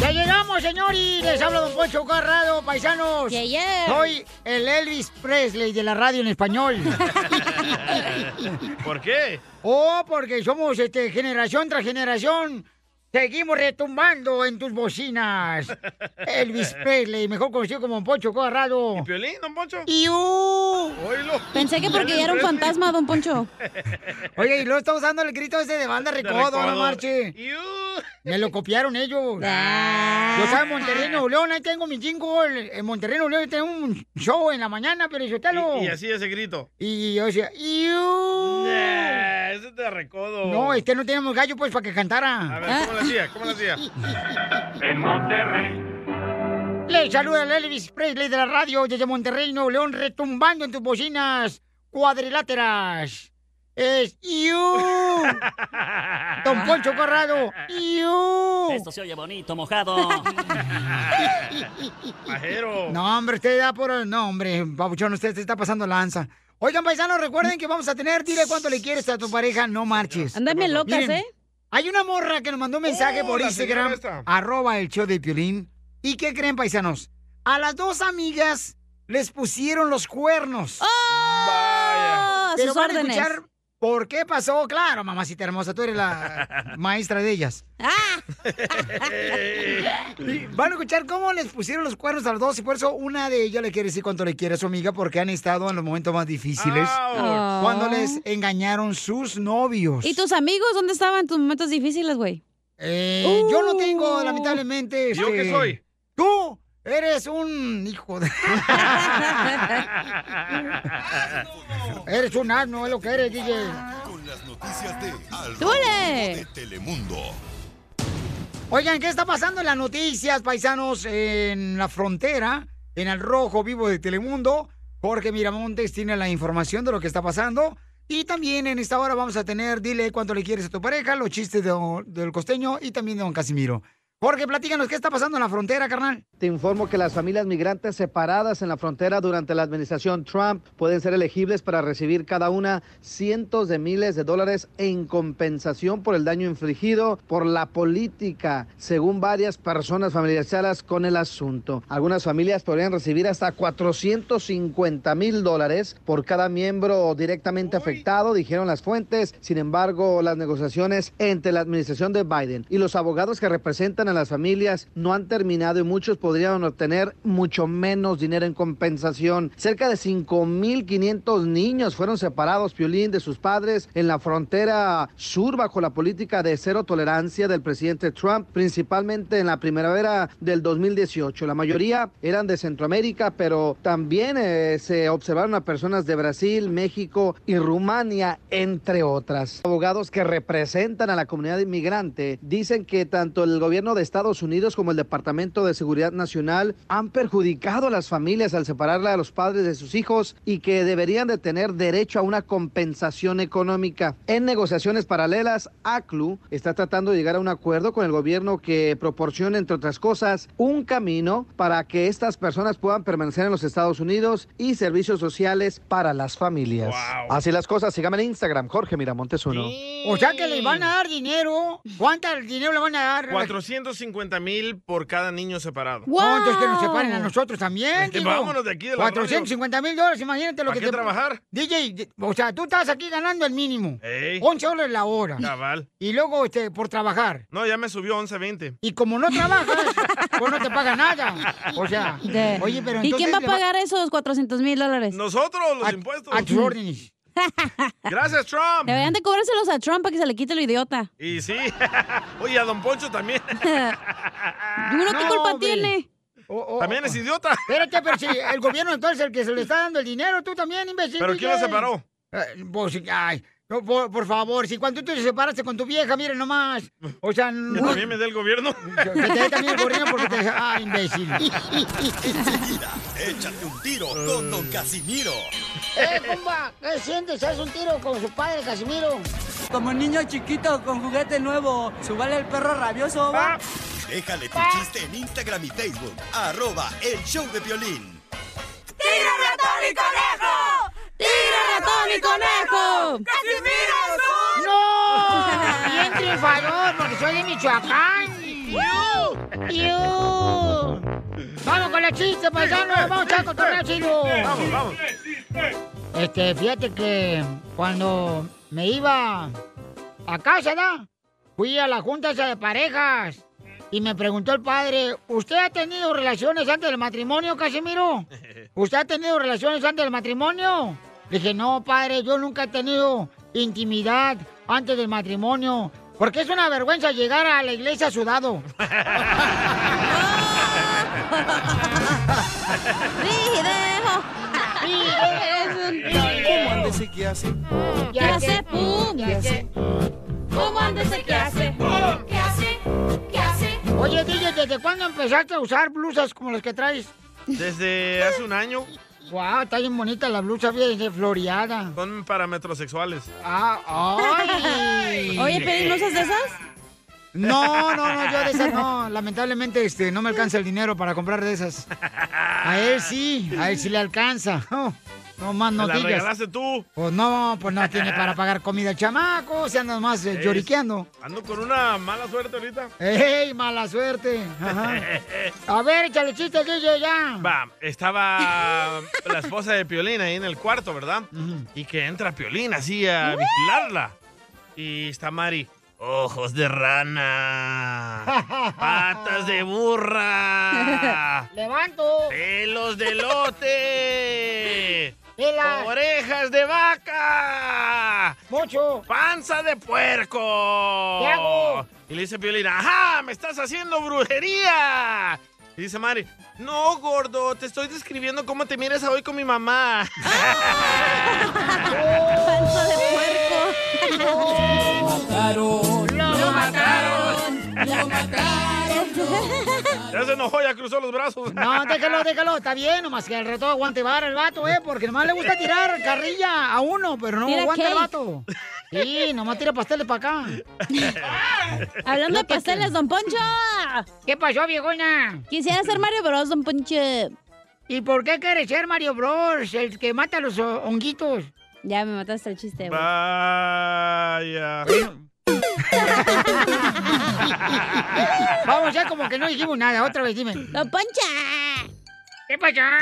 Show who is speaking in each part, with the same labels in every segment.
Speaker 1: Ya llegamos, señores. Les habla Don Poncho Carrado, paisanos.
Speaker 2: Yeah, yeah.
Speaker 1: Soy el Elvis Presley de la radio en español.
Speaker 3: ¿Por qué?
Speaker 1: oh, porque somos este, generación tras generación. Seguimos retumbando en tus bocinas. Elvis Presley, mejor conocido como Poncho Corrado. ¿Y uh,
Speaker 3: Piolín, don Poncho?
Speaker 1: ¡Iu!
Speaker 2: Pensé que porque ya era un fantasma, don Poncho.
Speaker 1: Oye, y luego está usando el grito ese de banda recodo, no
Speaker 2: Recodo.
Speaker 1: marche. Me lo copiaron ellos. Yo estaba en Monterrey, Nuevo León, ahí tengo mi jingle. En Monterrey, Nuevo León, tengo un show en la mañana, pero yo te lo...
Speaker 3: Y así ese grito.
Speaker 1: Y yo decía, ¡Iu!
Speaker 4: Eh,
Speaker 3: Nah, ese te recodo.
Speaker 1: No, es que no teníamos gallo, pues, para que cantara.
Speaker 3: A ver, ¿cómo lo hacía? ¿Cómo lo hacía? En Monterrey.
Speaker 1: Le saluda el Elvis Presley de la radio desde Monterrey, Nuevo León, retumbando en tus bocinas cuadriláteras. Es ¡Iu! Don Poncho Corrado, ¡Iu!
Speaker 5: Esto se oye bonito, mojado. Pajero.
Speaker 1: No, hombre, usted da por... No, hombre, babuchón, usted se está pasando lanza. Oigan, paisanos, recuerden que vamos a tener... Dile cuánto le quieres a tu pareja, no marches.
Speaker 2: Ándame locas,
Speaker 1: Miren,
Speaker 2: ¿eh?
Speaker 1: Hay una morra que nos mandó un mensaje
Speaker 2: Oh,
Speaker 1: por
Speaker 2: la
Speaker 1: Instagram,
Speaker 2: señora esta.
Speaker 1: arroba el show de Piolín. ¿Y qué creen, paisanos? A las dos amigas les pusieron los cuernos.
Speaker 2: ¡Oh!
Speaker 1: Pero
Speaker 2: Sus
Speaker 1: van a
Speaker 2: órdenes.
Speaker 1: escuchar por qué pasó. Claro, mamacita hermosa, tú eres la maestra de ellas.
Speaker 2: Ah.
Speaker 1: Y Van a escuchar cómo les pusieron los cuernos a las dos y por eso una de ellas le quiere decir cuánto le quiere a su amiga porque han estado en los momentos más difíciles
Speaker 2: Ouch. Oh.
Speaker 1: cuando les engañaron sus novios.
Speaker 2: ¿Y tus amigos dónde estaban en tus momentos difíciles, güey?
Speaker 1: Eh, Yo no tengo, lamentablemente.
Speaker 2: ¿Yo qué
Speaker 1: este,
Speaker 2: soy?
Speaker 1: Tú eres un hijo de. eres un asno, es lo que eres, DJ.
Speaker 6: Noticias de Al
Speaker 1: ¡Dule!
Speaker 6: Rojo de Telemundo.
Speaker 1: Oigan, ¿qué está pasando en las noticias, paisanos, en la frontera, en el rojo vivo de Telemundo? Jorge Miramontes tiene la información de lo que está pasando. Y también en esta hora vamos a tener, dile cuánto le quieres a tu pareja, los chistes de don- del costeño y también de don Casimiro. Jorge, platícanos, ¿qué está pasando en la frontera, carnal?
Speaker 7: Te informo que las familias migrantes separadas en la frontera durante la administración Trump pueden ser elegibles para recibir cada una cientos de miles de dólares en compensación por el daño infligido por la política, según varias personas familiarizadas con el asunto. Algunas familias podrían recibir hasta 450 mil dólares por cada miembro directamente afectado, dijeron las fuentes. Sin embargo, las negociaciones entre la administración de Biden y los abogados que representan a las familias no han terminado y muchos podrían obtener mucho menos dinero en compensación. Cerca de 5.500 niños fueron separados, Piolín, de sus padres en la frontera sur bajo la política de cero tolerancia del presidente Trump, principalmente en la primavera del 2018. La mayoría eran de Centroamérica, pero también eh, se observaron a personas de Brasil, México y Rumania, entre otras. Abogados que representan a la comunidad inmigrante dicen que tanto el gobierno de Estados Unidos como el Departamento de Seguridad Nacional han perjudicado a las familias al separarla a los padres de sus hijos y que deberían de tener derecho a una compensación económica. En negociaciones paralelas, ACLU está tratando de llegar a un acuerdo con el gobierno que proporcione, entre otras cosas, un camino para que estas personas puedan permanecer en los Estados Unidos y servicios sociales para las familias. Así las cosas, síganme en Instagram, Jorge Miramontes uno.
Speaker 4: Eh,
Speaker 1: O sea que les van a dar dinero. ¿Cuánto dinero le van a dar?
Speaker 3: 400
Speaker 4: 450 mil por cada niño separado.
Speaker 1: No, entonces que nos separen a nosotros también.
Speaker 4: Es que
Speaker 1: Kiko.
Speaker 4: vámonos de aquí de la
Speaker 1: 450 mil dólares, imagínate lo
Speaker 4: ¿Para
Speaker 1: que
Speaker 4: qué
Speaker 1: te...
Speaker 4: trabajar?
Speaker 1: DJ, de- o sea, tú estás aquí ganando el mínimo.
Speaker 4: Ey.
Speaker 1: 11 dólares la hora.
Speaker 4: Cabal.
Speaker 1: Y luego, este, por trabajar.
Speaker 4: No, ya me subió 11.20.
Speaker 1: Y como no trabajas, pues no te paga nada. O sea,
Speaker 4: De-
Speaker 1: oye, pero
Speaker 2: ¿Y
Speaker 1: entonces...
Speaker 2: quién va a
Speaker 1: le
Speaker 2: pagar esos 400 mil dólares?
Speaker 4: Nosotros, los impuestos.
Speaker 1: A tus órdenes.
Speaker 4: Gracias, Trump.
Speaker 2: Deberían de cobrárselos a Trump para que se le quite lo idiota.
Speaker 4: Y sí. Oye, a Don Poncho también.
Speaker 2: Uno, ¿qué
Speaker 1: No,
Speaker 2: culpa
Speaker 1: hombre.
Speaker 2: tiene?
Speaker 4: También es idiota.
Speaker 1: Espérate, pero si el gobierno entonces el que se le está dando el dinero, tú también, imbécil.
Speaker 4: ¿Pero quién lo
Speaker 1: DJ.
Speaker 4: separó?
Speaker 1: Eh, pues, ay, no, por, por favor, si cuando tú te separaste con tu vieja, miren nomás. O sea,
Speaker 4: Que
Speaker 1: no-
Speaker 4: también me dé el gobierno.
Speaker 1: que te dé también el gobierno porque te... Ah, imbécil.
Speaker 6: Enseguida, échate un tiro con Don Casimiro.
Speaker 1: ¡Eh, comba! ¿Qué sientes? ¿Haz un tiro con su padre, Casimiro?
Speaker 8: Como niño chiquito con juguete nuevo, subale el perro rabioso, va.
Speaker 4: Ah.
Speaker 6: Déjale tu chiste en Instagram y Facebook. Arroba el show de violín.
Speaker 8: ¡Tira ratón y conejo! ¡Tira ratón y conejo! ¡Casimiro
Speaker 1: ¡No! ¡Bien triunfador! Porque soy de Michoacán. ¡Iu! ¡Vamos con la chiste, paisano! ¡Vamos, chaco, torneo chido!
Speaker 4: Vamos, vamos.
Speaker 1: Este, fíjate que cuando me iba a casa, ¿da? Fui a la junta esa de parejas y me preguntó el padre, ¿usted ha tenido relaciones antes del matrimonio, Casimiro? ¿Usted ha tenido relaciones antes del matrimonio? Le dije, no, padre, yo nunca he tenido intimidad antes del matrimonio. Porque es una vergüenza llegar a la iglesia sudado.
Speaker 8: ¿Cómo anda ese que hace?
Speaker 2: ¿Qué hace? ¡Pum! ¿Qué hace? ¿Cómo anda ese que hace? ¿Qué hace? ¿Qué hace?
Speaker 1: Oye, DJ, ¿desde cuándo empezaste a usar blusas como las que traes?
Speaker 4: Desde hace un año
Speaker 1: Guau, está bien bonita la blusa, bien floreada.
Speaker 4: son para metrosexuales.
Speaker 1: Ah, ay.
Speaker 2: Oye, ¿pedí blusas de esas?
Speaker 1: No, no, no, yo de esas no. Lamentablemente, este, no me alcanza el dinero para comprar de esas. A él sí, a él sí le alcanza. Oh, no más no
Speaker 4: ¿Te la
Speaker 1: digas.
Speaker 4: regalaste tú?
Speaker 1: Pues no, pues no tiene para pagar comida el chamaco, se anda más eh,
Speaker 4: Es-
Speaker 1: lloriqueando.
Speaker 4: Ando con una mala suerte ahorita.
Speaker 1: ¡Ey, mala suerte! Ajá. A ver, échale chiste, DJ, ya.
Speaker 4: Va, estaba la esposa de Piolín ahí en el cuarto, ¿verdad? Y que entra Piolín así a vigilarla. Y está Mari. Ojos de rana. Patas de burra.
Speaker 1: ¡Levanto!
Speaker 4: Pelos de lote.
Speaker 1: Pelas.
Speaker 4: Orejas de vaca.
Speaker 1: ¡Mucho!
Speaker 4: Panza de puerco.
Speaker 8: ¿Qué hago?
Speaker 4: Y le dice Piolín, ¡ajá! ¡Me estás haciendo brujería! Y dice Mari, no, gordo, te estoy describiendo cómo te miras hoy con mi mamá.
Speaker 2: Panza de puerco.
Speaker 8: ¡Mataron!
Speaker 1: ¡Lo
Speaker 8: mataron! ¡Lo mataron!
Speaker 4: ya se enojó, ya cruzó los brazos.
Speaker 1: No, déjalo, déjalo, está bien, nomás que al rato aguante vara el vato, eh, porque nomás le gusta tirar carrilla a uno, pero no
Speaker 2: Tira
Speaker 1: aguanta el
Speaker 2: cake.
Speaker 1: vato. Sí, nomás tira pasteles para acá.
Speaker 2: Hablando de
Speaker 1: Fíjate
Speaker 2: pasteles, don Poncho.
Speaker 1: ¿Qué pasó, viejona?
Speaker 2: Quisiera ser Mario Bros, don Poncho.
Speaker 1: ¿Y por qué quieres ser Mario Bros, Pues el que mata a los oh, honguitos?
Speaker 2: Ya me mataste el chiste, güey.
Speaker 4: Vaya.
Speaker 1: Vamos, ya como que no dijimos nada, otra vez dime.
Speaker 2: ¡Don Poncha!
Speaker 1: ¿Qué pasó?
Speaker 2: Quisiera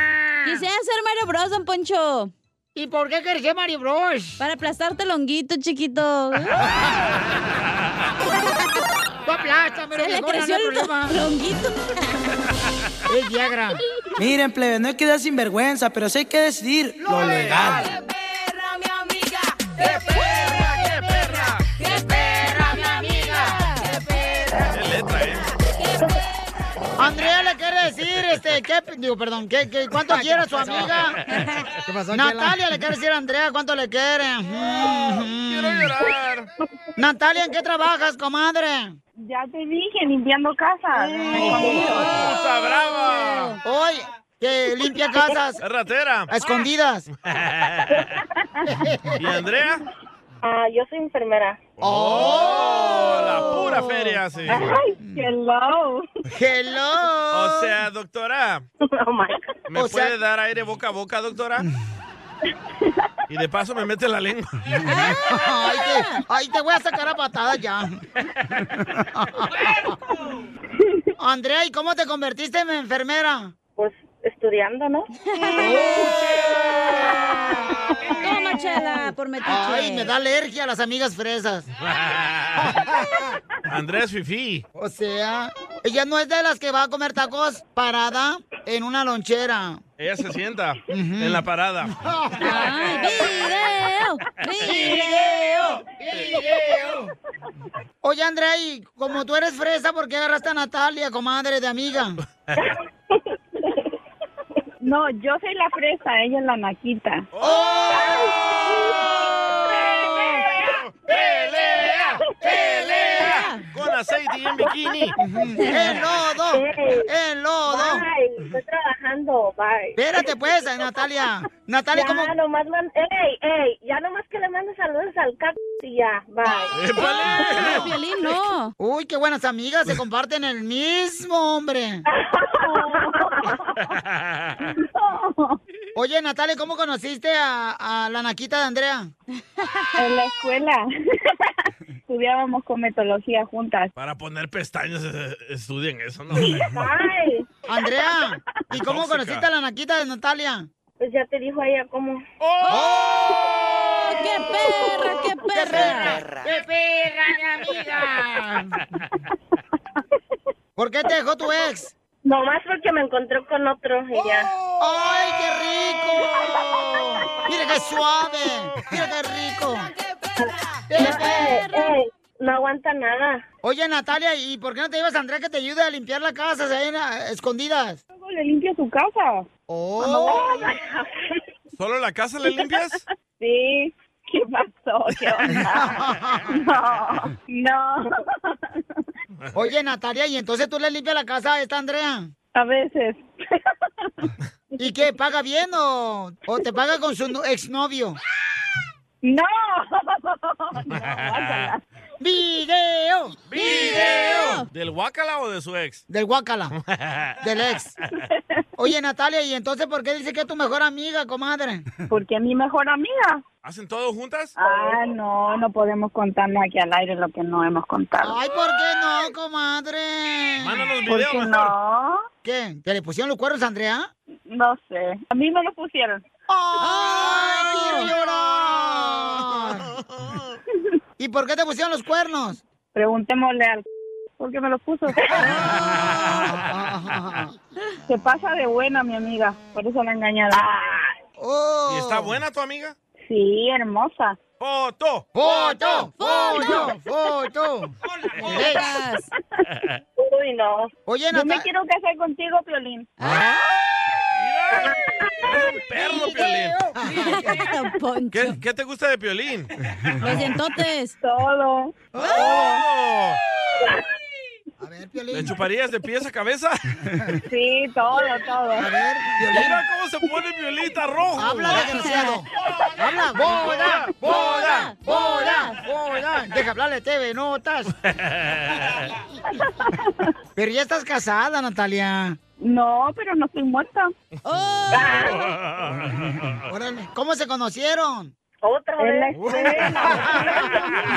Speaker 2: ser Mario Bros, don Poncho.
Speaker 1: ¿Y por qué quieres ser Mario Bros?
Speaker 2: Para aplastarte el honguito, chiquito.
Speaker 1: Tú aplástame,
Speaker 2: Se le
Speaker 1: viejona,
Speaker 2: creció el
Speaker 1: no hay problema.
Speaker 2: honguito.
Speaker 1: Es Viagra.
Speaker 8: Miren, plebe, no hay que dar sinvergüenza, pero sí hay que decidir lo legal.
Speaker 2: perra, mi amiga!
Speaker 8: ¡Qué perra, qué perra!
Speaker 2: ¡Qué perra, mi amiga!
Speaker 4: ¿eh?
Speaker 1: Andrea le quiere decir, este, ¿qué? Digo, perdón, ¿qué, qué, cuánto quiere su
Speaker 8: pues,
Speaker 1: amiga?
Speaker 8: ¿Qué pasó,
Speaker 1: Natalia le quiere decir a Andrea cuánto le quiere. Quiero llorar. Natalia, ¿en qué trabajas, comadre?
Speaker 9: Ya te dije, limpiando casas.
Speaker 4: ¡Puta brava!
Speaker 1: Hoy, que limpia casas
Speaker 4: Es ratera.
Speaker 1: a escondidas.
Speaker 4: ¿Y Andrea?
Speaker 9: Ah, yo soy enfermera.
Speaker 4: ¡Oh! La pura feria, hace.
Speaker 9: Ay, hello.
Speaker 1: Hello.
Speaker 4: O sea, doctora,
Speaker 9: Oh my
Speaker 4: ¿me
Speaker 1: O sea-
Speaker 4: puede dar aire boca a boca, doctora? Y de paso me mete la lengua.
Speaker 1: Ay, te, ay, te voy a sacar a patada ya. Andrea, ¿y cómo te convertiste en enfermera?
Speaker 9: Pues estudiando, ¿no?
Speaker 10: Toma, chela, por metiche.
Speaker 1: Ay, me da alergia a las amigas fresas.
Speaker 4: Andrés Fifi.
Speaker 1: O sea, ella no es de las que va a comer tacos parada en una lonchera.
Speaker 4: Ella se sienta en la parada.
Speaker 2: ¡Video!
Speaker 1: ¡Video! ¡Video! Oye, Andrea, y como tú eres fresa, ¿por qué agarraste a Natalia, comadre de amiga?
Speaker 9: No, yo soy la fresa, ella es la naquita.
Speaker 1: Oh,
Speaker 4: ¡Pelea! ¡Pelea! Con aceite y en bikini.
Speaker 1: ¡El lodo! ¡El lodo!
Speaker 9: Bye, estoy trabajando, bye.
Speaker 1: Espérate, pues, eh, Natalia. Natalia,
Speaker 9: ya
Speaker 1: ¿cómo-
Speaker 9: Nomás man... ey, ey, ya nomás que le mande saludos al c... y ya, bye.
Speaker 1: ¡Épale! no! Uy, qué buenas amigas, se comparten el mismo hombre. Oye, Natalia, ¿cómo conociste a, a la naquita de Andrea?
Speaker 9: En la escuela. Estudiábamos cometología juntas.
Speaker 4: Para poner pestañas eh, estudien eso, ¿no?
Speaker 9: Bye.
Speaker 1: Andrea, ¿y cómo
Speaker 4: Tóxica.
Speaker 1: conociste a la naquita de Natalia?
Speaker 9: Pues ya te dijo ella cómo.
Speaker 2: ¡Oh! ¡Qué perra, qué perra!
Speaker 1: ¡Qué perra, mi amiga! ¿Por qué te dejó tu ex?
Speaker 9: Nomás porque me encontró con otro y ya.
Speaker 1: Oh. ¡Ay, qué rico! ¡Mira qué suave! ¡Mira qué rico!
Speaker 9: Eh, eh, no aguanta nada.
Speaker 1: Oye, Natalia, ¿y por qué no te llevas a Andrea que te ayude a limpiar la casa, se ven a- escondidas?
Speaker 9: Luego le limpio su casa.
Speaker 1: ¡Oh!
Speaker 4: ¿Solo la casa le limpias?
Speaker 9: Sí. ¿Qué pasó? ¿Qué onda? No, no.
Speaker 1: Oye, Natalia, ¿y entonces tú le limpias la casa a esta Andrea?
Speaker 9: A veces.
Speaker 1: ¿Y qué? ¿Paga bien o, o te paga con su nu- exnovio?
Speaker 9: ¡No!
Speaker 1: ¡Video!
Speaker 4: ¡Video! ¿Del guacala o de su ex?
Speaker 1: Del guacala. Del ex. Oye, Natalia, ¿y entonces por qué dice que es tu mejor amiga, comadre?
Speaker 9: Porque a mi mejor amiga.
Speaker 4: ¿Hacen todo juntas?
Speaker 9: Ah, no, no podemos contarnos aquí al aire lo que no hemos contado.
Speaker 1: Ay, ¿por qué no, comadre?
Speaker 4: Mándanos
Speaker 9: ¿Por qué no?
Speaker 1: ¿Qué? ¿Te le pusieron los cuernos a Andrea?
Speaker 9: No sé. A mí me lo pusieron.
Speaker 1: ¡Ay, quiero llorar! ¿Y por qué te pusieron los cuernos?
Speaker 9: Preguntémosle al... Porque me lo puso. Se pasa de buena, mi amiga. Por eso la engañaron.
Speaker 1: Oh.
Speaker 4: ¿Y está buena tu amiga?
Speaker 9: Sí, hermosa.
Speaker 4: ¡Foto!
Speaker 1: ¡Foto! ¡Foto! ¡Foto!
Speaker 9: Gracias. Uy, no.
Speaker 1: Oye,
Speaker 9: Yo me
Speaker 1: Nata- Ah.
Speaker 9: quiero casar contigo, Piolín.
Speaker 4: Perro, Piolín. ¿Qué, qué te gusta de Piolín?
Speaker 10: Los dientotes.
Speaker 9: Todo.
Speaker 1: Ah.
Speaker 4: ¡Oh! ¿Le
Speaker 1: Piolín.
Speaker 4: chuparías de pies a cabeza?
Speaker 9: Sí, todo, todo. A
Speaker 1: ver,
Speaker 4: Mira cómo se pone Piolita rojo.
Speaker 1: Habla, desgraciado. Habla, boda, boda, boda, boda. Deja hablarle TV Notas. Pero ya estás casada, Natalia. Oh.
Speaker 9: No, pero no estoy muerta.
Speaker 1: Órale, ¿Cómo se conocieron?
Speaker 9: Otra En la escuela.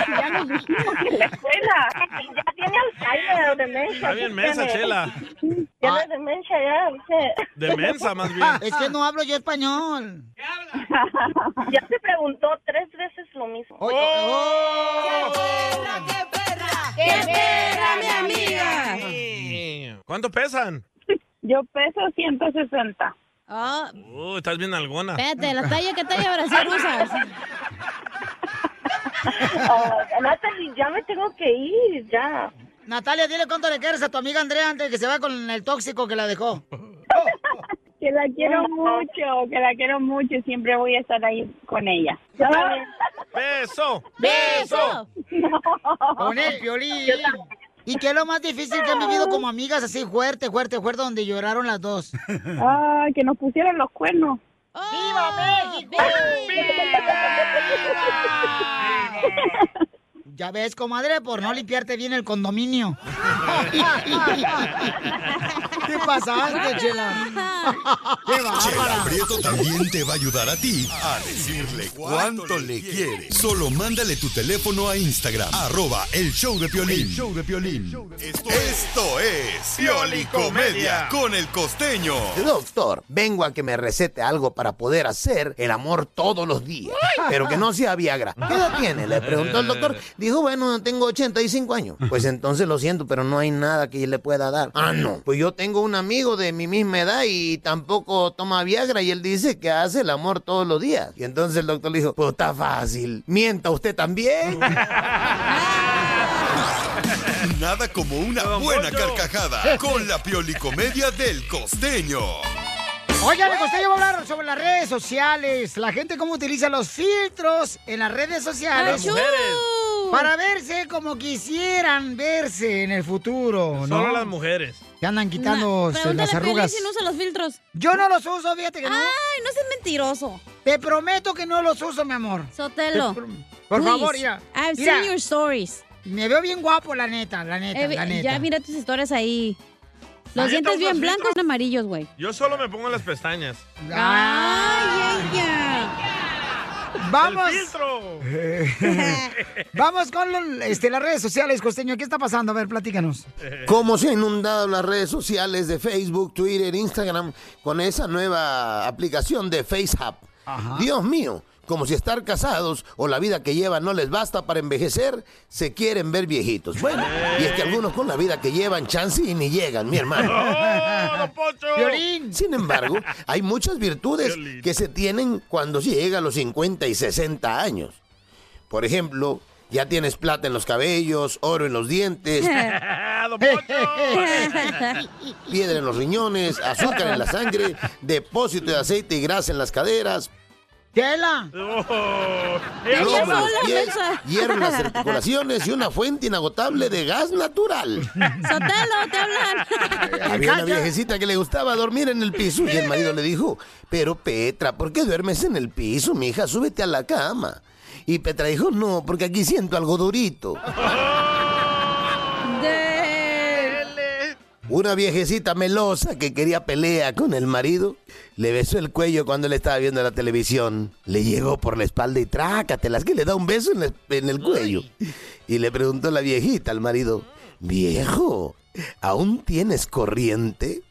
Speaker 9: ya nos dijimos que en la escuela. Ya tiene Alzheimer o demencia.
Speaker 4: Está bien mensa,
Speaker 9: tiene-
Speaker 4: Chela.
Speaker 9: Tiene demencia ya, dice.
Speaker 4: De mensa, más bien.
Speaker 1: Ah. Es que no hablo yo español.
Speaker 9: Ya se preguntó tres veces lo mismo.
Speaker 1: oh,
Speaker 2: ¡Qué perra, mi amiga!
Speaker 4: ¿Cuánto pesan?
Speaker 9: Yo peso 160.
Speaker 10: Ah,
Speaker 4: Uh, estás bien alguna.
Speaker 10: espérate, la talla, ¿qué talla brasier usas?
Speaker 9: Oh, Natalie, ya me tengo que ir, ya.
Speaker 1: Natalia, dile cuánto le quieres a tu amiga Andrea antes de que se vaya con el tóxico que la dejó.
Speaker 9: Que la quiero mucho, que la quiero mucho y siempre voy a estar ahí con ella. Yo también.
Speaker 4: ¡Beso!
Speaker 9: ¡Beso!
Speaker 1: Con el violín. ¿Y qué es lo más difícil que han vivido como amigas así fuerte, fuerte, fuerte, donde lloraron las dos?
Speaker 9: Ah, que nos pusieron los cuernos.
Speaker 2: Oh,
Speaker 1: ¡Viva México! Ya ves, comadre, por no limpiarte bien el condominio. ¿Qué pasaste, Chela? ¡Qué
Speaker 6: Chela
Speaker 1: bárbara!
Speaker 6: Prieto también te va a ayudar a ti a decirle cuánto le quiere. Solo mándale tu teléfono a Instagram, arroba el show de Piolín.
Speaker 11: El
Speaker 6: show de Esto, esto es Piolicomedia con el costeño.
Speaker 11: Doctor, vengo a que me recete algo para poder hacer el amor todos los días, pero que no sea Viagra. ¿Qué edad tiene? Le preguntó el doctor. Dijo, bueno, tengo 85 años. Pues entonces lo siento, pero no hay nada que le pueda dar. Ah, no. Pues yo tengo un amigo de mi misma edad y tampoco toma Viagra y él dice que hace el amor todos los días. Y entonces el doctor le dijo, pues está fácil. Mienta usted también.
Speaker 6: Nada como una buena carcajada con la Piolicomedia del costeño.
Speaker 1: Oigan, el costeño va a hablar sobre las redes sociales. La gente cómo utiliza los filtros en las redes sociales.
Speaker 2: Las mujeres.
Speaker 1: Para verse como quisieran verse en el futuro, ¿no?
Speaker 4: Solo las mujeres.
Speaker 1: Que andan quitando eh, las arrugas.
Speaker 10: si no usa los filtros.
Speaker 1: Yo no los uso, fíjate que no.
Speaker 10: Ay, no seas mentiroso.
Speaker 1: Te prometo que no los uso, mi amor.
Speaker 10: Sotelo.
Speaker 1: Te pro- Por
Speaker 10: please,
Speaker 1: favor, mira.
Speaker 10: I've
Speaker 1: Mira.
Speaker 10: seen your stories. Eh,
Speaker 1: Me veo bien guapo, la neta, la neta, la neta.
Speaker 10: Ya mira tus historias ahí.
Speaker 4: La
Speaker 10: Los
Speaker 4: neta,
Speaker 10: dientes bien
Speaker 4: ¿usas
Speaker 10: blancos y amarillos, güey.
Speaker 4: Yo solo me pongo las pestañas.
Speaker 10: Ay, ella.
Speaker 1: Vamos.
Speaker 4: El filtro.
Speaker 1: Vamos con lo- este, las redes sociales, Costeño. ¿Qué está pasando? A ver, platícanos.
Speaker 11: ¿Cómo se han inundado las redes sociales de Facebook, Twitter, Instagram con esa nueva aplicación de FaceApp? Dios mío, como si estar casados o la vida que llevan no les basta para envejecer, se quieren ver viejitos. Bueno, y es que algunos con la vida que llevan chance y ni llegan, mi hermano. Sin embargo, hay muchas virtudes que se tienen cuando se llega a los 50 y 60 años. Por ejemplo, ya tienes plata en los cabellos, oro en los dientes,
Speaker 4: Este.
Speaker 11: piedra en los riñones, azúcar en la sangre, depósito de aceite y grasa en las caderas.
Speaker 1: ¡Tela!
Speaker 11: Plomo en los
Speaker 2: sola,
Speaker 11: pies,
Speaker 2: mensa.
Speaker 11: hierro en las articulaciones y una fuente inagotable de gas natural.
Speaker 10: Sotelo, te hablan.
Speaker 11: Había una viejecita que le gustaba dormir en el piso y el marido le dijo, pero Petra, ¿por qué duermes en el piso, mija? Súbete a la cama. Y Petra dijo, no, porque aquí siento algo durito. Una viejecita melosa que quería pelea con el marido le besó el cuello cuando él estaba viendo la televisión. Le llegó por la espalda y trácatelas que le da un beso en, la esp- en el cuello. Y le preguntó la viejita al marido, viejo, ¿aún tienes corriente?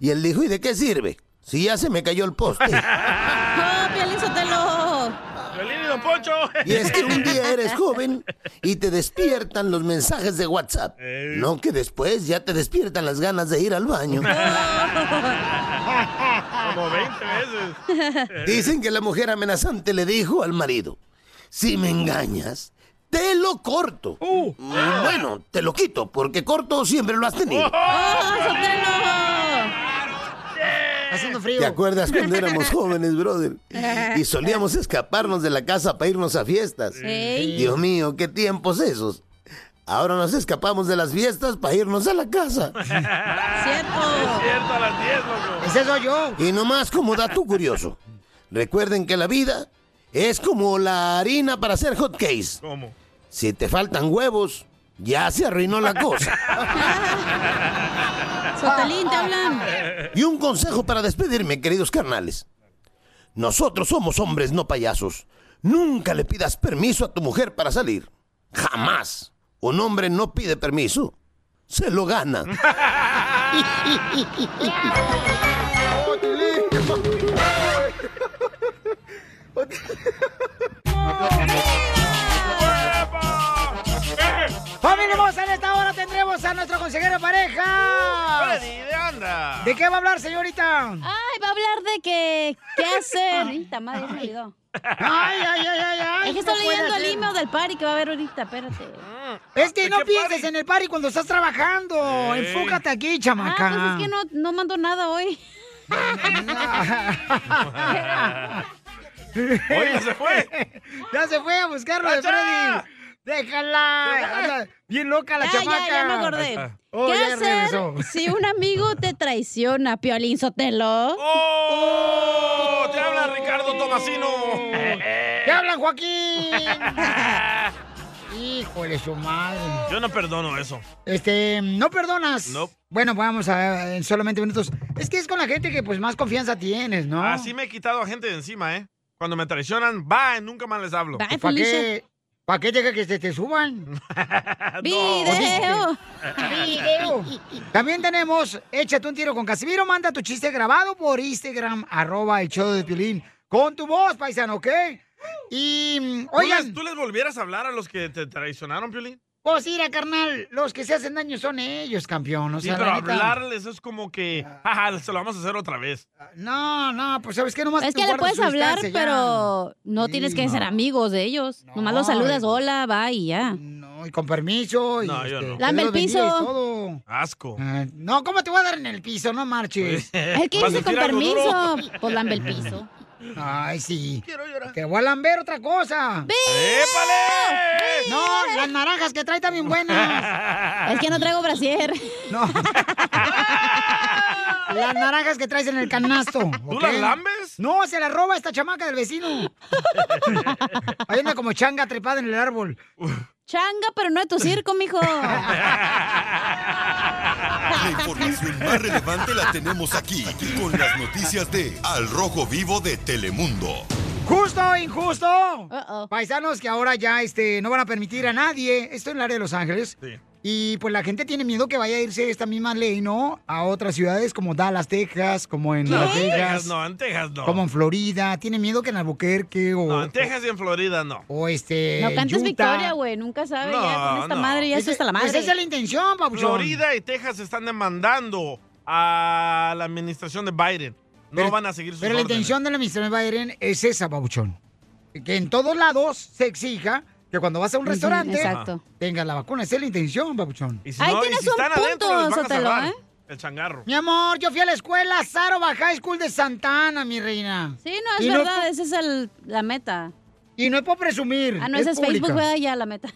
Speaker 11: Y él dijo, ¿y de qué sirve? Si ya se me cayó el poste.
Speaker 10: ¡Oh, Piolín Sotelo!
Speaker 4: Violín Ah. y Don Poncho.
Speaker 11: Y es que un día eres joven y te despiertan los mensajes de WhatsApp. No que después ya te despiertan las ganas de ir al baño.
Speaker 4: Como 20 veces.
Speaker 11: Dicen que la mujer amenazante le dijo al marido, si me engañas, te lo corto. Mm, Bueno, te lo quito, porque corto siempre lo has
Speaker 4: Oh,
Speaker 11: tenido.
Speaker 1: Haciendo
Speaker 11: ¿Te acuerdas cuando éramos jóvenes, brother? Y solíamos escaparnos de la casa para irnos a fiestas.
Speaker 2: Ey.
Speaker 11: Dios mío, qué tiempos esos. Ahora nos escapamos de las fiestas para irnos a la casa.
Speaker 4: Es cierto, a las 10, loco.
Speaker 1: Ese soy yo.
Speaker 11: Y nomás como dato curioso. Recuerden que la vida es como la harina para hacer hot cakes.
Speaker 4: ¿Cómo?
Speaker 11: Si te faltan huevos, ya se arruinó la cosa.
Speaker 10: Sotelín,
Speaker 1: Ah,
Speaker 10: te hablan.
Speaker 11: Y un consejo para despedirme, queridos carnales. Nosotros somos hombres, no payasos. Nunca le pidas permiso a tu mujer para salir. Jamás. Un hombre no pide permiso. Se lo gana.
Speaker 1: ¡Familia hermosa! En esta hora tendremos a nuestro consejero de pareja.
Speaker 4: Uh, Freddy de anda.
Speaker 1: ¿De qué va a hablar, señorita?
Speaker 10: Ay, va a hablar de que. ¿Qué hacer? Ahorita, madre, se me olvidó.
Speaker 1: Ay, ay, ay, ay, ay.
Speaker 10: Es que
Speaker 1: no
Speaker 10: estoy
Speaker 1: puede
Speaker 10: leyendo el
Speaker 1: ser. Ah,
Speaker 10: email del party que va a haber ahorita, espérate.
Speaker 1: Es que no pienses en el party cuando estás trabajando. Enfócate aquí, chamaca.
Speaker 10: Ah, pues es que no, no mando nada hoy.
Speaker 4: Oye, se fue.
Speaker 1: ya se fue a buscarlo de
Speaker 4: ¡Cacha!
Speaker 1: Freddy. Déjala. Anda bien loca la
Speaker 10: Ah,
Speaker 1: chamaca.
Speaker 10: ya, ya me acordé.
Speaker 1: Oh,
Speaker 10: ¿Qué
Speaker 1: ya
Speaker 10: hacer
Speaker 1: regresó.
Speaker 10: si un amigo te traiciona, Piolín Sotelo?
Speaker 4: ¡Oh! Te habla Ricardo Tomasino.
Speaker 1: ¡Te hablan, Joaquín! Híjole, su madre.
Speaker 4: Yo no perdono eso.
Speaker 1: Este, ¿no perdonas? No. Bueno, vamos a en solamente minutos. Es que es con la gente que pues más confianza tienes, ¿no?
Speaker 4: Así me he quitado a gente de encima, ¿eh? Cuando me traicionan, bye, nunca más les hablo.
Speaker 1: ¿Para qué, ¿Para qué llega que se te suban?
Speaker 10: Video.
Speaker 1: Video. También tenemos, échate un tiro con Casimiro, manda tu chiste grabado por Instagram, arroba el show de Pilín, con tu voz, paisano, ¿ok? Y, mm,
Speaker 4: ¿Tú
Speaker 1: oigan...
Speaker 4: les- ¿Tú les volvieras a hablar a los que te traicionaron, Piolín?
Speaker 1: Pues mira, carnal, los que se hacen daño son ellos, campeón. O
Speaker 4: Sí,
Speaker 1: sea,
Speaker 4: pero
Speaker 1: la neta.
Speaker 4: hablarles es como que, jaja, se lo vamos a hacer otra vez.
Speaker 1: No, no, pues sabes que nomás
Speaker 10: Es
Speaker 1: tú
Speaker 10: que le
Speaker 1: guardas
Speaker 10: puedes
Speaker 1: tu
Speaker 10: hablar,
Speaker 1: distancia, ya.
Speaker 10: pero no tienes que ser amigos de ellos. Nomás los saludas, hola, bye y ya.
Speaker 1: No, y con permiso. Y,
Speaker 4: No, yo
Speaker 1: este,
Speaker 4: no.
Speaker 10: Lame
Speaker 1: que
Speaker 10: el
Speaker 1: Dios bendiga
Speaker 10: piso.
Speaker 1: y todo.
Speaker 4: Asco.
Speaker 1: Ah,
Speaker 4: Pues,
Speaker 1: No, ¿cómo te voy a dar en el piso? No marches.
Speaker 10: Es que dice con permiso. Pues lambe el piso.
Speaker 1: Ay, sí. Te voy a lamber otra cosa.
Speaker 4: ¡Épale!
Speaker 1: No, las naranjas que trae también buenas.
Speaker 10: Es que no traigo brasier.
Speaker 1: No. Las naranjas que traes en el canasto.
Speaker 4: ¿Tú
Speaker 1: ¿ok?
Speaker 4: las lambes?
Speaker 1: No, se las roba esta chamaca del vecino. Hay una como changa trepada en el árbol.
Speaker 10: Changa, pero no de tu circo, mijo.
Speaker 6: La información más relevante la tenemos aquí, aquí, con las noticias de Al Rojo Vivo de Telemundo.
Speaker 1: Justo o injusto. Paisanos que ahora ya este, no van a permitir a nadie. Esto en el área de Los Ángeles. Y pues la gente tiene miedo que vaya a irse esta misma ley, ¿no? A otras ciudades como Dallas, Texas, como en
Speaker 4: No,
Speaker 1: Las
Speaker 4: en
Speaker 1: Vegas.
Speaker 4: Texas no, en Texas no.
Speaker 1: Como en Florida. Tiene miedo que en Albuquerque o.
Speaker 4: No, en Texas y en Florida no.
Speaker 1: O este.
Speaker 10: No cantes
Speaker 1: Utah.
Speaker 10: victoria, güey. Nunca sabes ya con esta
Speaker 4: No, no.
Speaker 10: madre. Ya está hasta la madre.
Speaker 1: Pues esa es la intención, papuchón.
Speaker 4: Florida y Texas están demandando a la administración de Biden. No
Speaker 1: Pero-
Speaker 4: van a seguir sus
Speaker 1: Pero la intención de la administración Biden es esa, babuchón. Que en todos lados se exija que cuando vas a un
Speaker 4: Ujú,
Speaker 1: restaurante
Speaker 4: exacto.
Speaker 1: tengas la vacuna. Esa es la intención, babuchón.
Speaker 4: Y si no, y si están adentro, los van a cerrar. El changarro.
Speaker 1: Mi amor, yo fui a la escuela Sarova High School de Santa Ana, mi reina.
Speaker 10: Sí, no,
Speaker 1: Y
Speaker 10: es
Speaker 1: no
Speaker 10: verdad. Esa es el- la meta.
Speaker 1: Y no es por presumir.
Speaker 10: Ah, no, esa es Facebook,
Speaker 1: pública.
Speaker 10: güey, ya la meta.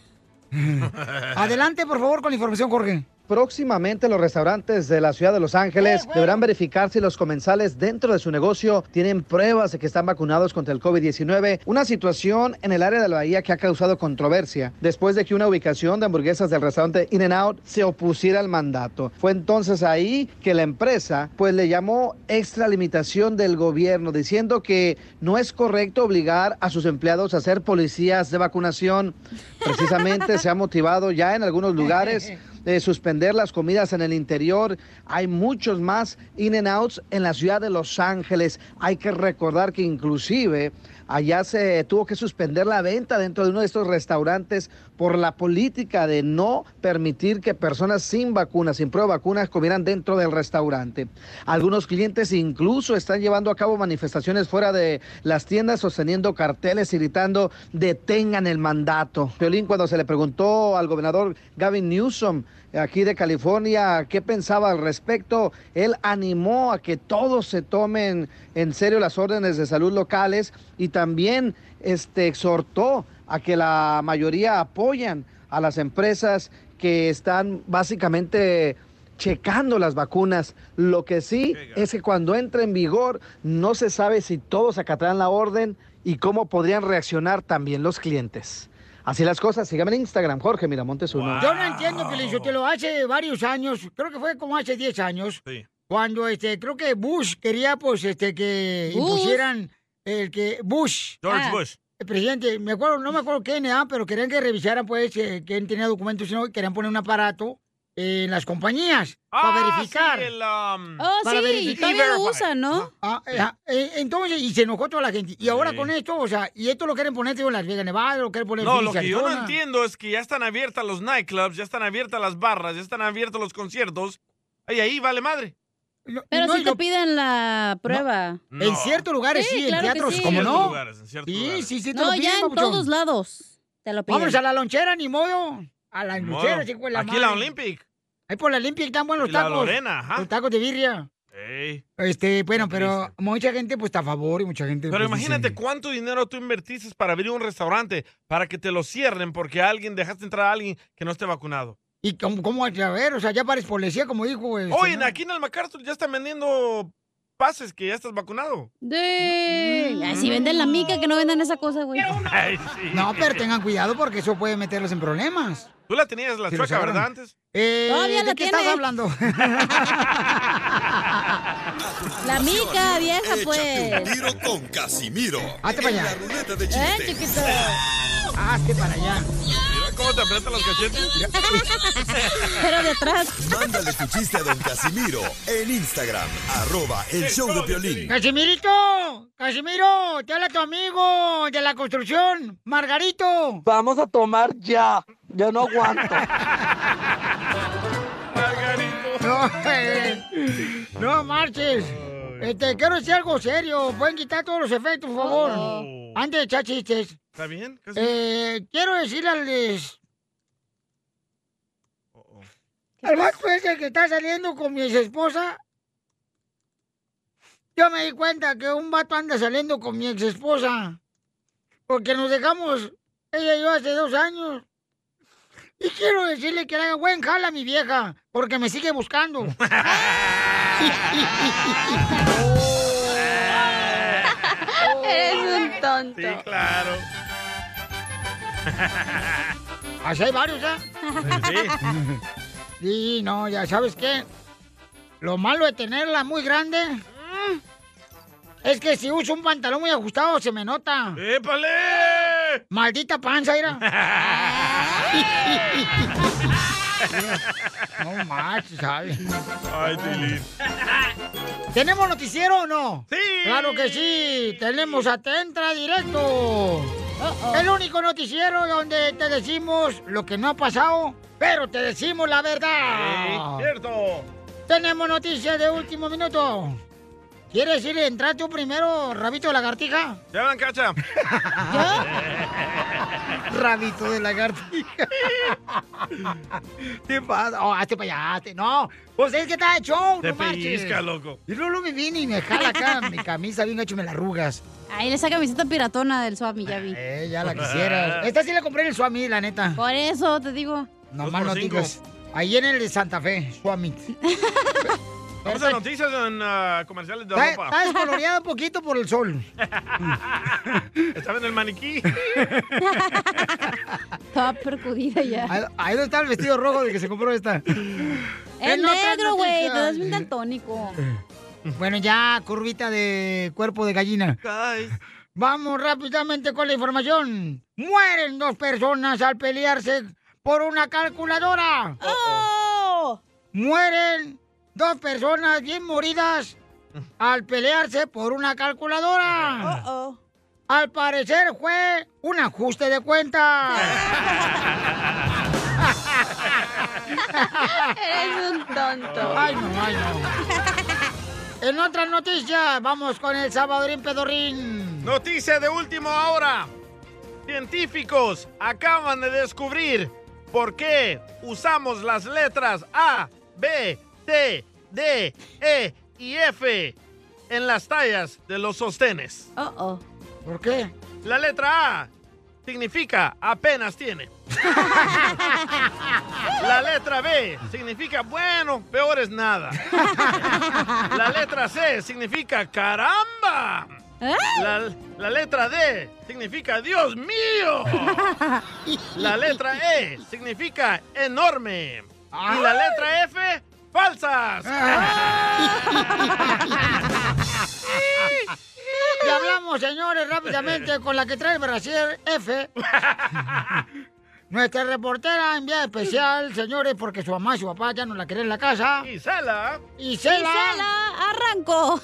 Speaker 1: Adelante, por favor, con la información, Jorge.
Speaker 7: Próximamente los restaurantes de la ciudad de Los Ángeles deberán verificar si los comensales dentro de su negocio tienen pruebas de que están vacunados contra el COVID-19, una situación en el área de la bahía que ha causado controversia después de que una ubicación de hamburguesas del restaurante In-N-Out se opusiera al mandato. Fue entonces ahí que la empresa pues le llamó extralimitación del gobierno diciendo que no es correcto obligar a sus empleados a ser policías de vacunación. Precisamente se ha motivado ya en algunos lugares de eh, suspender las comidas en el interior. Hay muchos más in and outs en la ciudad de Los Ángeles. Hay que recordar que inclusive allá se tuvo que suspender la venta dentro de uno de estos restaurantes por la política de no permitir que personas sin vacunas, sin prueba de vacunas, comieran dentro del restaurante. Algunos clientes incluso están llevando a cabo manifestaciones fuera de las tiendas sosteniendo carteles y gritando detengan el mandato. Violín, cuando se le preguntó al gobernador Gavin Newsom aquí de California qué pensaba al respecto, él animó a que todos se tomen en serio las órdenes de salud locales y también este, exhortó a que la mayoría apoyan a las empresas que están básicamente checando las vacunas. Lo que sí es que cuando entre en vigor no se sabe si todos acatarán la orden y cómo podrían reaccionar también los clientes. Así las cosas, síganme en Instagram, Jorge Miramontes uno.
Speaker 1: Yo no entiendo, Pilincho, te lo hace varios años, creo que fue como hace 10 años, cuando este, creo que Bush quería pues este que
Speaker 4: Bush.
Speaker 1: impusieran el que Bush.
Speaker 4: George Ah. Bush.
Speaker 1: El presidente, me acuerdo, no me acuerdo qué NA, pero querían que revisaran pues eh, quién tenía documentos, sino que querían poner un aparato eh, en las compañías para
Speaker 4: Ah,
Speaker 1: verificar.
Speaker 4: sí, el, um,
Speaker 10: Oh,
Speaker 1: para
Speaker 10: sí,
Speaker 1: verificar.
Speaker 10: todavía lo usan, ¿no?
Speaker 1: Ah, eh, ah, eh, entonces, y se enojó toda la gente. Y ahora con esto, o sea, y esto lo quieren poner digo, en Las Vegas, Nevada, lo quieren poner en
Speaker 4: No, lo
Speaker 1: Phoenix,
Speaker 4: que yo no
Speaker 1: Arizona.
Speaker 4: entiendo es que ya están abiertas los nightclubs, ya están abiertas las barras, ya están abiertos los conciertos. Y ahí vale madre.
Speaker 10: Pero
Speaker 4: no,
Speaker 10: si
Speaker 4: y
Speaker 10: te
Speaker 4: lo-
Speaker 10: piden la prueba.
Speaker 4: No. En ciertos
Speaker 1: lugares sí, en
Speaker 10: claro que
Speaker 1: teatros,
Speaker 10: sí.
Speaker 1: ¿cómo
Speaker 4: En
Speaker 1: no?
Speaker 4: ciertos lugares, en ciertos
Speaker 1: Sí,
Speaker 4: lugares.
Speaker 1: sí, sí, te
Speaker 10: No,
Speaker 1: lo piden,
Speaker 10: ya en
Speaker 1: papuchón.
Speaker 10: todos lados. Te lo piden.
Speaker 1: Vamos a la lonchera, ni modo. A la
Speaker 4: Ni
Speaker 1: lonchera,
Speaker 4: modo.
Speaker 1: sí, pues, la
Speaker 4: Aquí en la
Speaker 1: madre.
Speaker 4: Olympic.
Speaker 1: Ahí por la Olympic están buenos
Speaker 4: Y
Speaker 1: los
Speaker 4: la
Speaker 1: tacos.
Speaker 4: Lorena, ajá.
Speaker 1: Los tacos de birria.
Speaker 4: Ey.
Speaker 1: Este, bueno, pero mucha gente pues está a favor y mucha gente...
Speaker 4: Pero
Speaker 1: pues, dice,
Speaker 4: imagínate cuánto dinero tú invertiste para abrir un restaurante para que te lo cierren porque alguien dejaste entrar a alguien que no esté vacunado.
Speaker 1: ¿Y cómo, cómo a ver? O sea, ya pares policía, como dijo... el
Speaker 4: Oye,
Speaker 1: señor.
Speaker 4: aquí en el MacArthur ya están vendiendo pases que ya estás vacunado.
Speaker 1: Mm.
Speaker 10: De... Ay, si venden la mica, que no vendan esa cosa, güey.
Speaker 1: No, pero tengan cuidado porque eso puede meterlos en problemas.
Speaker 4: Tú la tenías la
Speaker 1: Si los
Speaker 4: chueca,
Speaker 1: agarran.
Speaker 4: ¿verdad? Antes.
Speaker 1: Eh,
Speaker 10: Todavía
Speaker 1: ¿de
Speaker 10: la
Speaker 1: qué
Speaker 10: tiene.
Speaker 1: estás hablando?
Speaker 10: La mica, vieja,
Speaker 6: Échate un
Speaker 10: pues.
Speaker 6: tiro con Casimiro.
Speaker 10: Hazte
Speaker 6: en
Speaker 10: para
Speaker 6: la
Speaker 10: allá.
Speaker 6: ruleta de
Speaker 10: Eh,
Speaker 6: chistes.
Speaker 10: chiquito.
Speaker 1: Ah, Hazte para allá.
Speaker 4: Mira cómo te aprietan los cachetes.
Speaker 10: Pero de atrás.
Speaker 6: Mándale tu chiste a don Casimiro en Instagram, arroba el show de violín.
Speaker 1: ¡Casimirito! ¡Casimiro! ¡Te habla tu amigo de la construcción! ¡Margarito!
Speaker 12: Vamos a tomar ya. Yo no aguanto.
Speaker 1: No, eh, no marches. Este, quiero decir algo serio. Pueden quitar todos los efectos, por favor. Antes de echar chistes.
Speaker 4: ¿Está bien? ¿Qué es-
Speaker 1: Eh, quiero decirles. Al vato ese que está saliendo con mi esposa. Yo me di cuenta que un vato anda saliendo con mi ex esposa. Porque nos dejamos ella y yo hace dos años. Y quiero decirle que le haga buen jala a mi vieja. Porque me sigue buscando.
Speaker 2: Eres un tonto.
Speaker 4: Sí, claro.
Speaker 1: Así hay varios, ¿ah? Sí, no, ya sabes qué. Lo malo de tenerla muy grande mm, es que si uso un pantalón muy ajustado se me nota. ¡Épale! Maldita panza, era. no manches, ¿sabes?
Speaker 4: Ay, Tilín.
Speaker 1: ¿Tenemos noticiero o no? Sí. Claro que sí. Tenemos a Te Entra Directo. El único noticiero donde te decimos lo que no ha pasado, pero te decimos la verdad.
Speaker 4: Cierto.
Speaker 1: Tenemos noticias de último minuto. ¿Quieres ir a entrar tú primero, Rabito de Lagartija?
Speaker 4: ¿Te hablan, cacha?
Speaker 1: Rabito de Lagartija. ¿Qué pasa? Oh, hazte para allá. hazte- No, pues es que está hecho.
Speaker 4: Te
Speaker 1: no marches.
Speaker 4: pellizca, loco.
Speaker 1: Y luego me viene y me jala acá mi camisa bien hecho, me la arrugas.
Speaker 10: Ahí le saca camiseta piratona del Swami, ya vi.
Speaker 1: Eh, ya la quisieras. Esta sí la compré en el Suami, la neta.
Speaker 10: Por eso te digo.
Speaker 1: Nomás
Speaker 4: por
Speaker 1: no
Speaker 4: cinco.
Speaker 1: digas. Ahí en el de Santa Fe, Suami.
Speaker 4: Vamos a noticias en ah, comerciales de
Speaker 1: Está,
Speaker 4: ropa.
Speaker 1: está descoloreado un poquito por el sol.
Speaker 4: Estaba en el maniquí.
Speaker 10: Estaba percudida
Speaker 1: Ahí,
Speaker 10: ya.
Speaker 1: ahí donde está el vestido rojo de que se compró esta.
Speaker 10: Es
Speaker 1: En otras
Speaker 10: negro, güey. Te
Speaker 1: noticias.
Speaker 10: das bien daltónico.
Speaker 1: Bueno, ya, curvita de cuerpo de gallina. Vamos rápidamente con la información. Mueren dos personas al pelearse por una calculadora. ¡Oh! Mueren dos personas bien moridas al pelearse por una calculadora. Al parecer fue un ajuste de cuentas.
Speaker 2: Eres un tonto.
Speaker 1: Ay, no, ay, no. En otras noticias, vamos con el Salvadorín Pedorrín.
Speaker 4: Noticia de última hora. Científicos acaban de descubrir por qué usamos las letras A, B, C, D, E y F en las tallas de los sostenes.
Speaker 1: ¿Por qué?
Speaker 4: La letra A significa apenas tiene. La letra B significa bueno, peor es nada. La letra C significa caramba. La, la letra D significa Dios mío. La letra E significa enorme. Y la letra F, falsas.
Speaker 1: Ah, Y hablamos, señores, rápidamente con la que trae Brasil F. Nuestra reportera enviada especial, señores, porque su mamá y su papá ya no la quieren en la casa.
Speaker 4: Isela.
Speaker 1: Isela.
Speaker 10: Isela, arranco.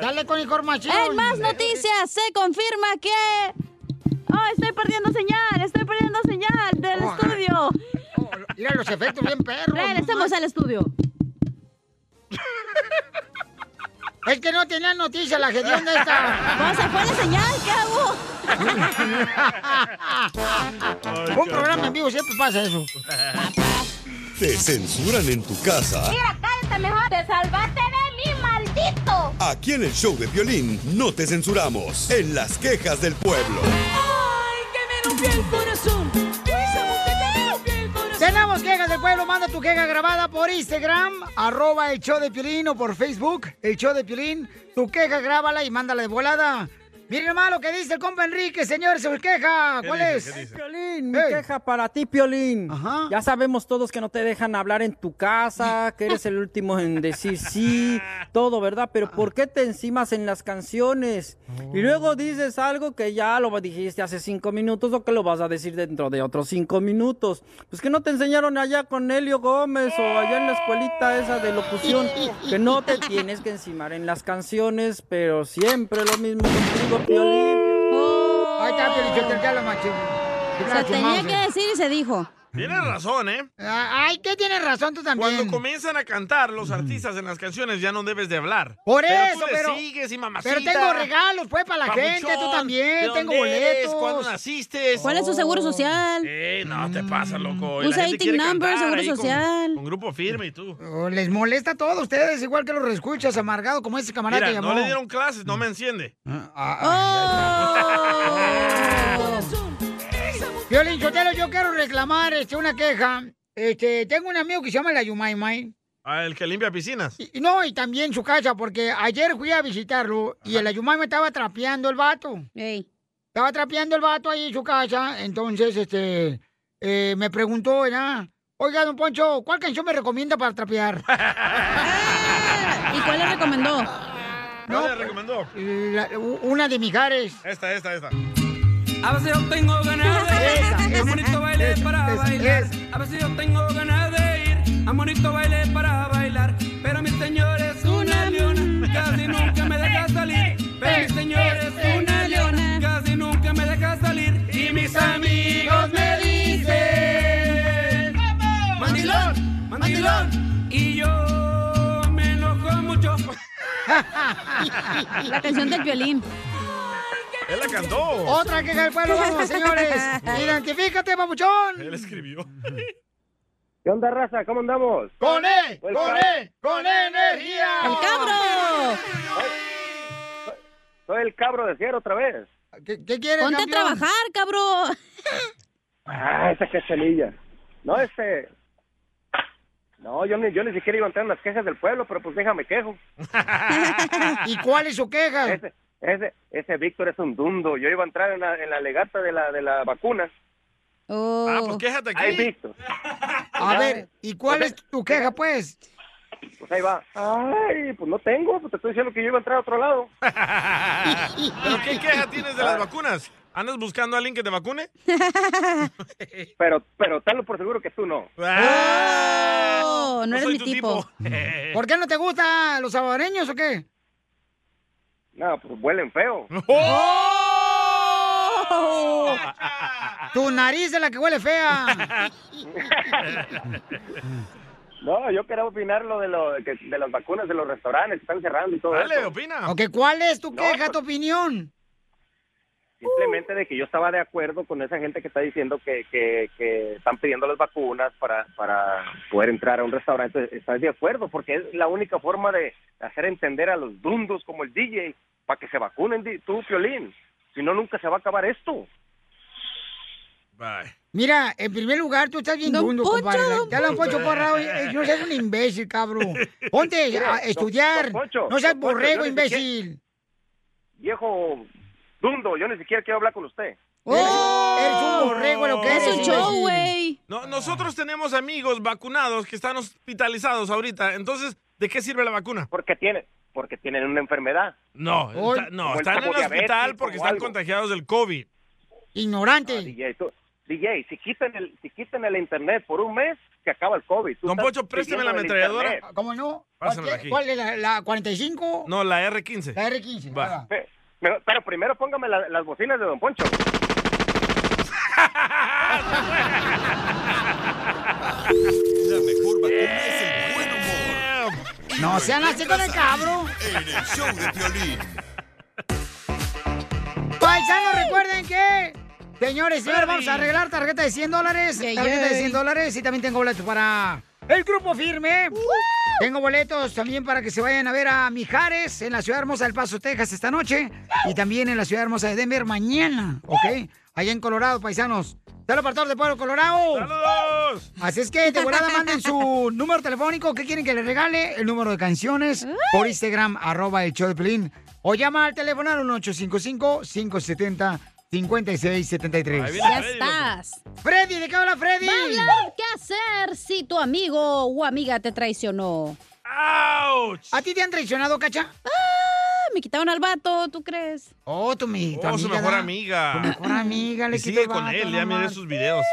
Speaker 1: Dale con información.
Speaker 10: En más noticias, se confirma que. ¡Oh, estoy perdiendo señal! ¡Estoy perdiendo señal del estudio!
Speaker 1: Oh, Mira los efectos bien perros.
Speaker 10: Real, estamos al estudio.
Speaker 1: Es que no tenía noticia la gestión de esta.
Speaker 10: No, Pues se fue la señal, ¿qué hago?
Speaker 1: Un programa en vivo siempre pasa eso.
Speaker 6: Te censuran en tu casa.
Speaker 2: cállate mejor. Te salvaste de mí, maldito.
Speaker 6: Aquí en el show de violín no te censuramos. En las quejas del pueblo.
Speaker 2: Ay, que me rompió el corazón. Esa mujer que me rompió el corazón.
Speaker 1: Tenemos quejas del pueblo, manda tu queja grabada por Instagram, arroba el show de Piolín o por Facebook, el show de Piolín. Tu queja, grábala y mándala de volada. Miren nomás lo que dice el compa Enrique, señores, su queja.
Speaker 13: ¿Qué
Speaker 1: Ah, ¿Cuál
Speaker 13: dice?
Speaker 1: es?
Speaker 13: ¿Qué dice?
Speaker 14: Piolín, mi queja para ti, Piolín. Ya sabemos todos que no te dejan hablar en tu casa, que eres el último en decir sí, todo, ¿verdad? Pero ¿por qué te encimas en las canciones? Y
Speaker 1: Oh.
Speaker 14: luego dices algo que ya lo dijiste hace cinco minutos o que lo vas a decir dentro de otros cinco minutos. Pues que no te enseñaron allá con Helio Gómez o allá en la escuelita esa de locución, que no te tienes que encimar en las canciones, pero siempre lo mismo contigo, Piolín.
Speaker 1: Ahí está, Piolín, yo te- ya lo macho.
Speaker 10: Se tenía que decir y se dijo.
Speaker 4: Tienes razón, ¿eh?
Speaker 1: Ah, Ay, ¿qué tienes razón tú también?
Speaker 4: Cuando comienzan a cantar los artistas en las canciones ya no debes de hablar.
Speaker 1: Por
Speaker 4: Pero tú
Speaker 1: eso,
Speaker 4: le
Speaker 1: pero.
Speaker 4: sigues y mamacita.
Speaker 1: pero tengo regalos, pues, para la gente, tú
Speaker 4: Papuchón,
Speaker 1: también.
Speaker 4: ¿de dónde
Speaker 1: tengo
Speaker 4: eres?
Speaker 1: boletos.
Speaker 4: ¿Cuándo naciste?
Speaker 10: ¿Cuál es su seguro social? Mm.
Speaker 4: Eh, no te pasa, loco. Y la
Speaker 10: Usa
Speaker 4: gente
Speaker 10: ITIN
Speaker 4: quiere
Speaker 10: number,
Speaker 4: cantar
Speaker 10: seguro
Speaker 4: ahí con-
Speaker 10: social.
Speaker 4: Con, grupo firme y tú.
Speaker 1: Oh, Les molesta a todos ustedes, igual que los reescuchas, amargado como ese camarada que
Speaker 4: Mira,
Speaker 1: llamó.
Speaker 4: no le dieron clases, no me enciende.
Speaker 1: Ah,
Speaker 10: Oh.
Speaker 1: Violín Sotelo, yo quiero reclamar este, una queja. Este, tengo un amigo que se llama la Yumaimai.
Speaker 4: Ah, el que limpia piscinas.
Speaker 1: Y- No, y también su casa, porque ayer fui a visitarlo y el Ayumay me estaba trapeando el vato. Estaba trapeando el vato ahí en su casa, entonces este eh, me preguntó, ¿verdad? Oiga, don Poncho, ¿cuál canción me recomienda para trapear? ¿Y cuál le recomendó?
Speaker 4: ¿Cuál le recomendó?
Speaker 1: una de Mijares.
Speaker 4: Esta, esta, esta.
Speaker 8: A veces yo tengo ganas de ir a un bonito baile para
Speaker 4: esa,
Speaker 8: bailar. A veces yo tengo ganas de ir a un bonito baile para bailar. Pero mi señor es una leona, casi nunca me deja salir. Pero mi
Speaker 4: Eh.
Speaker 8: señor es una leona, casi nunca me deja salir. Y mis amigos me dicen: Mandilón, mandilón. Y yo me enojo mucho.
Speaker 10: La canción del violín.
Speaker 4: Él la cantó.
Speaker 1: Otra queja del pueblo, vamos, señores. Identifícate, papuchón.
Speaker 10: Mm.
Speaker 4: Él escribió.
Speaker 15: ¿Qué onda, raza? ¿Cómo andamos?
Speaker 1: ¡Con él!
Speaker 15: Pues,
Speaker 1: ¡Con E!
Speaker 15: para-
Speaker 1: él! ¡Con energía!
Speaker 15: ¡El
Speaker 10: E!
Speaker 1: cabro!
Speaker 15: Soy el cabro de cierre otra vez.
Speaker 1: ¿Qué, quieres,
Speaker 10: Ponte a trabajar, cabrón.
Speaker 15: Ah, esa queselilla. No, este... No, yo ni, yo ni siquiera iba a entrar en las quejas del pueblo, pero pues déjame quejo.
Speaker 1: ¿Y cuál es su queja?
Speaker 15: Ese, ese, ese Víctor es un dundo. Yo iba a entrar en la, en la legata de la, de la vacuna.
Speaker 4: Ah, pues quéjate aquí.
Speaker 15: Oh. Ay, Víctor.
Speaker 1: A ver, ¿y cuál es tu queja, pues?
Speaker 15: Pues ahí va. Ay, pues no tengo. Pues te estoy diciendo que yo iba a entrar a otro lado.
Speaker 4: ¿Pero qué queja tienes
Speaker 1: Ah.
Speaker 4: de las vacunas? ¿Andas buscando a alguien que te vacune?
Speaker 15: Pero, pero tenlo por seguro que tú no.
Speaker 1: Ah.
Speaker 10: no
Speaker 15: no
Speaker 10: eres
Speaker 15: soy
Speaker 10: mi
Speaker 15: tu
Speaker 10: tipo.
Speaker 1: ¿Por qué no te gusta los saboreños o qué?
Speaker 15: No, pues huelen feo. ¡Oh!
Speaker 1: ¡Oh! Tu nariz es la que huele fea.
Speaker 15: No, yo quería opinar lo de, lo que- de las vacunas de los restaurantes que están cerrando y todo eso.
Speaker 1: Ok, ¿cuál es tu
Speaker 15: No,
Speaker 1: queja,
Speaker 15: pues-
Speaker 1: tu opinión?
Speaker 15: Simplemente de que yo estaba de acuerdo con esa gente que está diciendo que, que, que están pidiendo las vacunas para, para poder entrar a un restaurante. Estás de acuerdo, porque es la única forma de hacer entender a los dundos como el DJ para que se vacunen, di- tú, Piolín. Si no, nunca se va a acabar esto.
Speaker 1: Mira, en primer lugar, tú estás bien
Speaker 15: Don
Speaker 1: dundo,
Speaker 15: Poncho,
Speaker 1: compadre.
Speaker 15: don
Speaker 1: Ya lo han
Speaker 15: Poncho.
Speaker 1: puesto porrado. eh, No seas un imbécil, cabrón. Ponte
Speaker 15: Mira,
Speaker 1: a
Speaker 15: don-
Speaker 1: estudiar.
Speaker 15: don Poncho,
Speaker 1: No seas
Speaker 15: don Poncho,
Speaker 1: borrego,
Speaker 15: yo ni siquiera-
Speaker 1: imbécil.
Speaker 15: Viejo dundo, yo ni siquiera quiero hablar con usted.
Speaker 1: Oh, Eres un borrego lo que eres. imbécil.
Speaker 4: No, nosotros tenemos amigos vacunados que están hospitalizados ahorita. Entonces, ¿de qué sirve la vacuna?
Speaker 15: Porque tienen, porque tienen una enfermedad.
Speaker 4: No,
Speaker 15: Hoy-
Speaker 4: está- no
Speaker 15: Como el
Speaker 4: están en
Speaker 15: tipo
Speaker 4: el hospital
Speaker 15: diabetes,
Speaker 4: porque
Speaker 15: como
Speaker 4: están
Speaker 15: algo.
Speaker 4: contagiados del COVID.
Speaker 1: Ignorante.
Speaker 15: DJ, tú- DJ, si quitan, el, si quitan el internet por un mes, se acaba el COVID. Tú
Speaker 4: Don
Speaker 15: estás
Speaker 4: Pocho, présteme la
Speaker 15: pidiendo el
Speaker 4: ametralladora.
Speaker 15: internet.
Speaker 1: Ah, ¿Cómo no?
Speaker 4: Pásamela aquí.
Speaker 1: ¿Cuál es la, la 45?
Speaker 4: No, la R15.
Speaker 1: La R15.
Speaker 4: Va.
Speaker 15: Pe- Pero, pero primero póngame la- las bocinas de Don Poncho.
Speaker 6: La mejor vacuna es el buen humor.
Speaker 1: No sean así con el cabro.
Speaker 6: En el show de Piolín.
Speaker 1: Paisanos, recuerden que. Señores, señores, vamos a arreglar tarjeta de 100 dólares. Tarjeta de
Speaker 8: yeah.
Speaker 1: 100 dólares. Y también tengo boletos para el grupo firme. Tengo boletos también para que se vayan a ver a Mijares en la ciudad hermosa del Paso, Texas, esta noche. Y también en la ciudad hermosa de Denver mañana. ¿Ok? Allá en Colorado, paisanos. Saludos para todos de Pueblo Colorado.
Speaker 4: ¡Saludos!
Speaker 1: Así es que de volada manden su número telefónico. ¿Qué quieren que les regale? El número de canciones por Instagram, arroba el show de Pelín. O llama al teléfono al 1-855-570-5673.
Speaker 10: Ya estás.
Speaker 1: Freddy, ¿de qué habla Freddy?
Speaker 10: Va a hablar qué hacer si tu amigo o amiga te traicionó.
Speaker 1: ¿A ti te han traicionado, Cacha?
Speaker 10: Ah, me quitaron al vato, ¿tú crees?
Speaker 1: Oh, tu, mi, tu
Speaker 4: Oh, su
Speaker 1: amiga,
Speaker 4: mejor
Speaker 1: ¿da?
Speaker 4: amiga.
Speaker 1: Tu mejor amiga le
Speaker 4: Y
Speaker 1: quitó
Speaker 4: sigue
Speaker 1: el
Speaker 4: con
Speaker 1: vato,
Speaker 4: él,
Speaker 1: no
Speaker 4: ya miré
Speaker 1: marches.
Speaker 4: sus videos.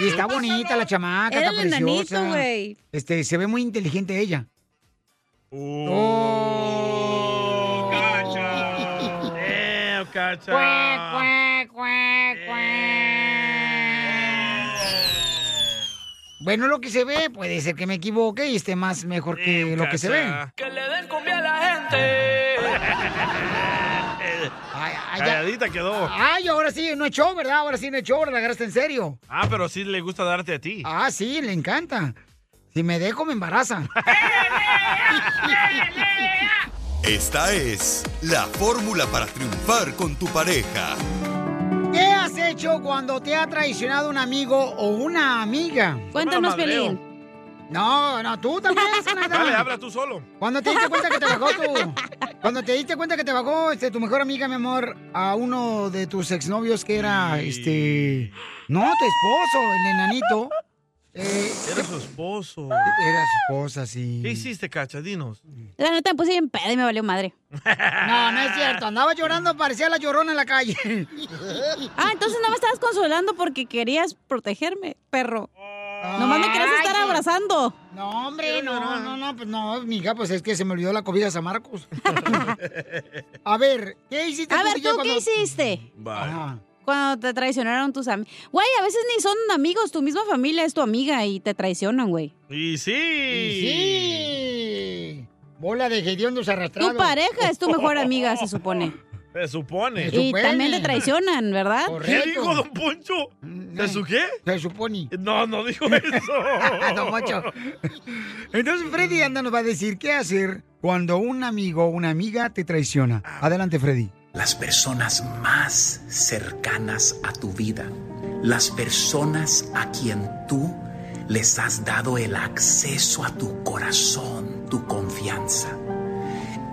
Speaker 1: Y está bonita la chamaca,
Speaker 10: Era
Speaker 1: está
Speaker 10: el enanito,
Speaker 1: preciosa.
Speaker 10: güey.
Speaker 1: este, se ve muy inteligente ella.
Speaker 4: Eh, cacha.
Speaker 1: Bueno, lo que se ve puede ser que me equivoque y esté más mejor que lo que se ve.
Speaker 4: cacha.
Speaker 8: Que le den cumbia a la gente.
Speaker 1: ya. Ah.
Speaker 4: Calladita quedó.
Speaker 1: Ay, ahora sí, no es show, ¿verdad? Ahora sí no es show, ahora la agarraste en serio.
Speaker 4: Ah, pero sí le gusta darte a ti.
Speaker 1: Ah, sí, le encanta. Si me dejo, me embaraza.
Speaker 6: Esta es la fórmula para triunfar con tu pareja.
Speaker 1: ¿Qué has hecho cuando te ha traicionado un amigo o una amiga?
Speaker 4: Cuéntanos, Madreo. Piolín.
Speaker 1: No, no, tú también. Zenaida.
Speaker 4: Dale, habla tú solo.
Speaker 1: Cuando te diste cuenta que te bajó tu... Cuando te diste cuenta que te bajó este, tu mejor amiga, mi amor, a uno de tus exnovios que era, este... No, tu esposo, el enanito. Eh,
Speaker 4: Era su esposo.
Speaker 1: Era su esposa, sí.
Speaker 4: ¿Qué hiciste, cacha? Dinos.
Speaker 10: La neta me puse bien pedo y me valió madre.
Speaker 1: No, no es cierto. Andaba llorando, parecía la llorona en la calle.
Speaker 10: Ah, entonces no me estabas consolando porque querías protegerme, perro. Nomás me querías estar
Speaker 1: eh, Ay.
Speaker 10: abrazando.
Speaker 1: No, hombre, no, no, no, pues no, mija, pues es que se me olvidó la comida San Marcos. A ver, ¿qué hiciste
Speaker 10: A ver,
Speaker 1: Pillo,
Speaker 10: ¿tú
Speaker 1: cuando-
Speaker 10: qué hiciste?
Speaker 1: Ajá.
Speaker 10: Cuando te traicionaron tus amigos. Güey, a veces ni son amigos, tu misma familia es tu amiga y te traicionan, güey.
Speaker 4: Y sí.
Speaker 1: sí. Bola de hediondos arrastrados.
Speaker 10: Tu pareja es tu mejor amiga, se supone.
Speaker 4: Se supone.
Speaker 10: Y también te traicionan, ¿verdad?
Speaker 4: ¿Qué dijo Don Poncho? ¿Se su qué?
Speaker 1: Mm, eh, Se supone.
Speaker 4: No, no dijo eso.
Speaker 1: Don Poncho. Entonces Freddy Anda nos va a decir qué hacer cuando un amigo o una amiga te traiciona. Adelante, Freddy.
Speaker 13: las personas más cercanas a tu vida, las personas a quien tú les has dado el acceso a tu corazón, tu confianza.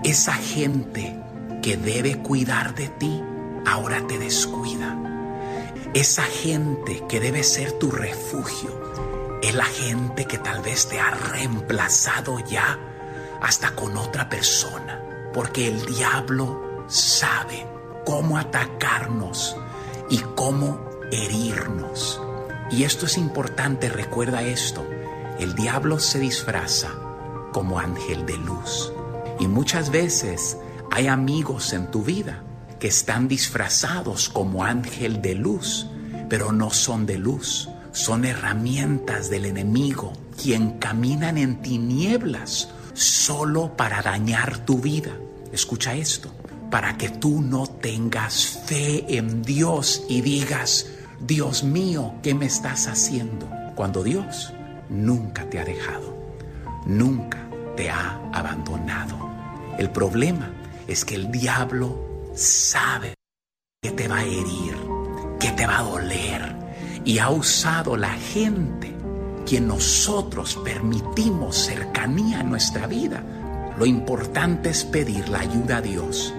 Speaker 13: Esa gente que debe cuidar de ti, ahora te descuida. Esa gente que debe ser tu refugio, es la gente que tal vez te ha reemplazado ya hasta con otra persona, porque el diablo sabe cómo atacarnos y cómo herirnos. Y esto es importante, recuerda esto, el diablo se disfraza como ángel de luz. Y muchas veces hay amigos en tu vida que están disfrazados como ángel de luz, pero no son de luz, son herramientas del enemigo, quien caminan en tinieblas solo para dañar tu vida. Escucha esto, para que tú no tengas fe en Dios y digas, Dios mío, ¿qué me estás haciendo? Cuando Dios nunca te ha dejado nunca te ha abandonado. El problema es que el diablo sabe que te va a herir, que te va a doler y ha usado la gente quien nosotros permitimos cercanía en nuestra vida. Lo importante es pedir la ayuda a Dios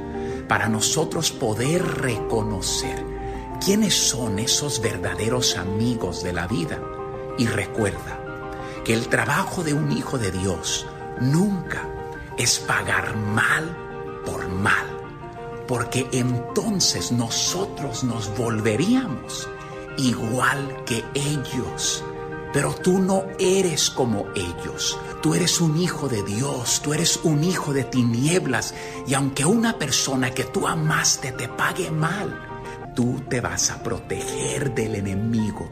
Speaker 13: para nosotros poder reconocer quiénes son esos verdaderos amigos de la vida. Y recuerda, que el trabajo de un hijo de Dios nunca es pagar mal por mal, porque entonces nosotros nos volveríamos igual que ellos. Pero tú no eres como ellos, tú eres un hijo de Dios, tú eres un hijo de tinieblas, y aunque una persona que tú amaste te pague mal, tú te vas a proteger del enemigo,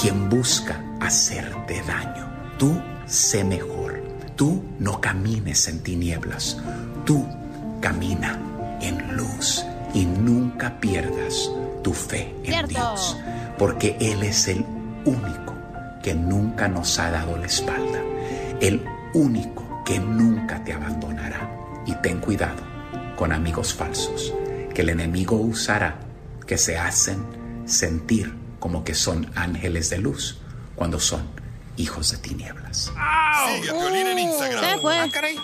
Speaker 13: quien busca hacerte daño. Tú sé mejor. Tú no camines en tinieblas. Tú camina en luz y nunca pierdas tu fe en
Speaker 10: Cierto.
Speaker 13: Dios, porque Él es el único que nunca nos ha dado la espalda, el único que nunca te abandonará. Y ten cuidado con amigos falsos que el enemigo usará que se hacen sentir como que son ángeles de luz cuando son hijos de tinieblas.
Speaker 6: Sigue a Piolín en Instagram.
Speaker 2: ¿Qué fue? Ah,
Speaker 16: caray.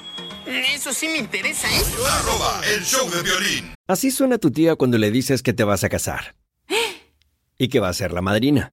Speaker 16: Eso sí me interesa, ¿eh?
Speaker 6: Arroba el show de violín.
Speaker 17: Así suena tu tía cuando le dices que te vas a casar. Y que va a ser la madrina.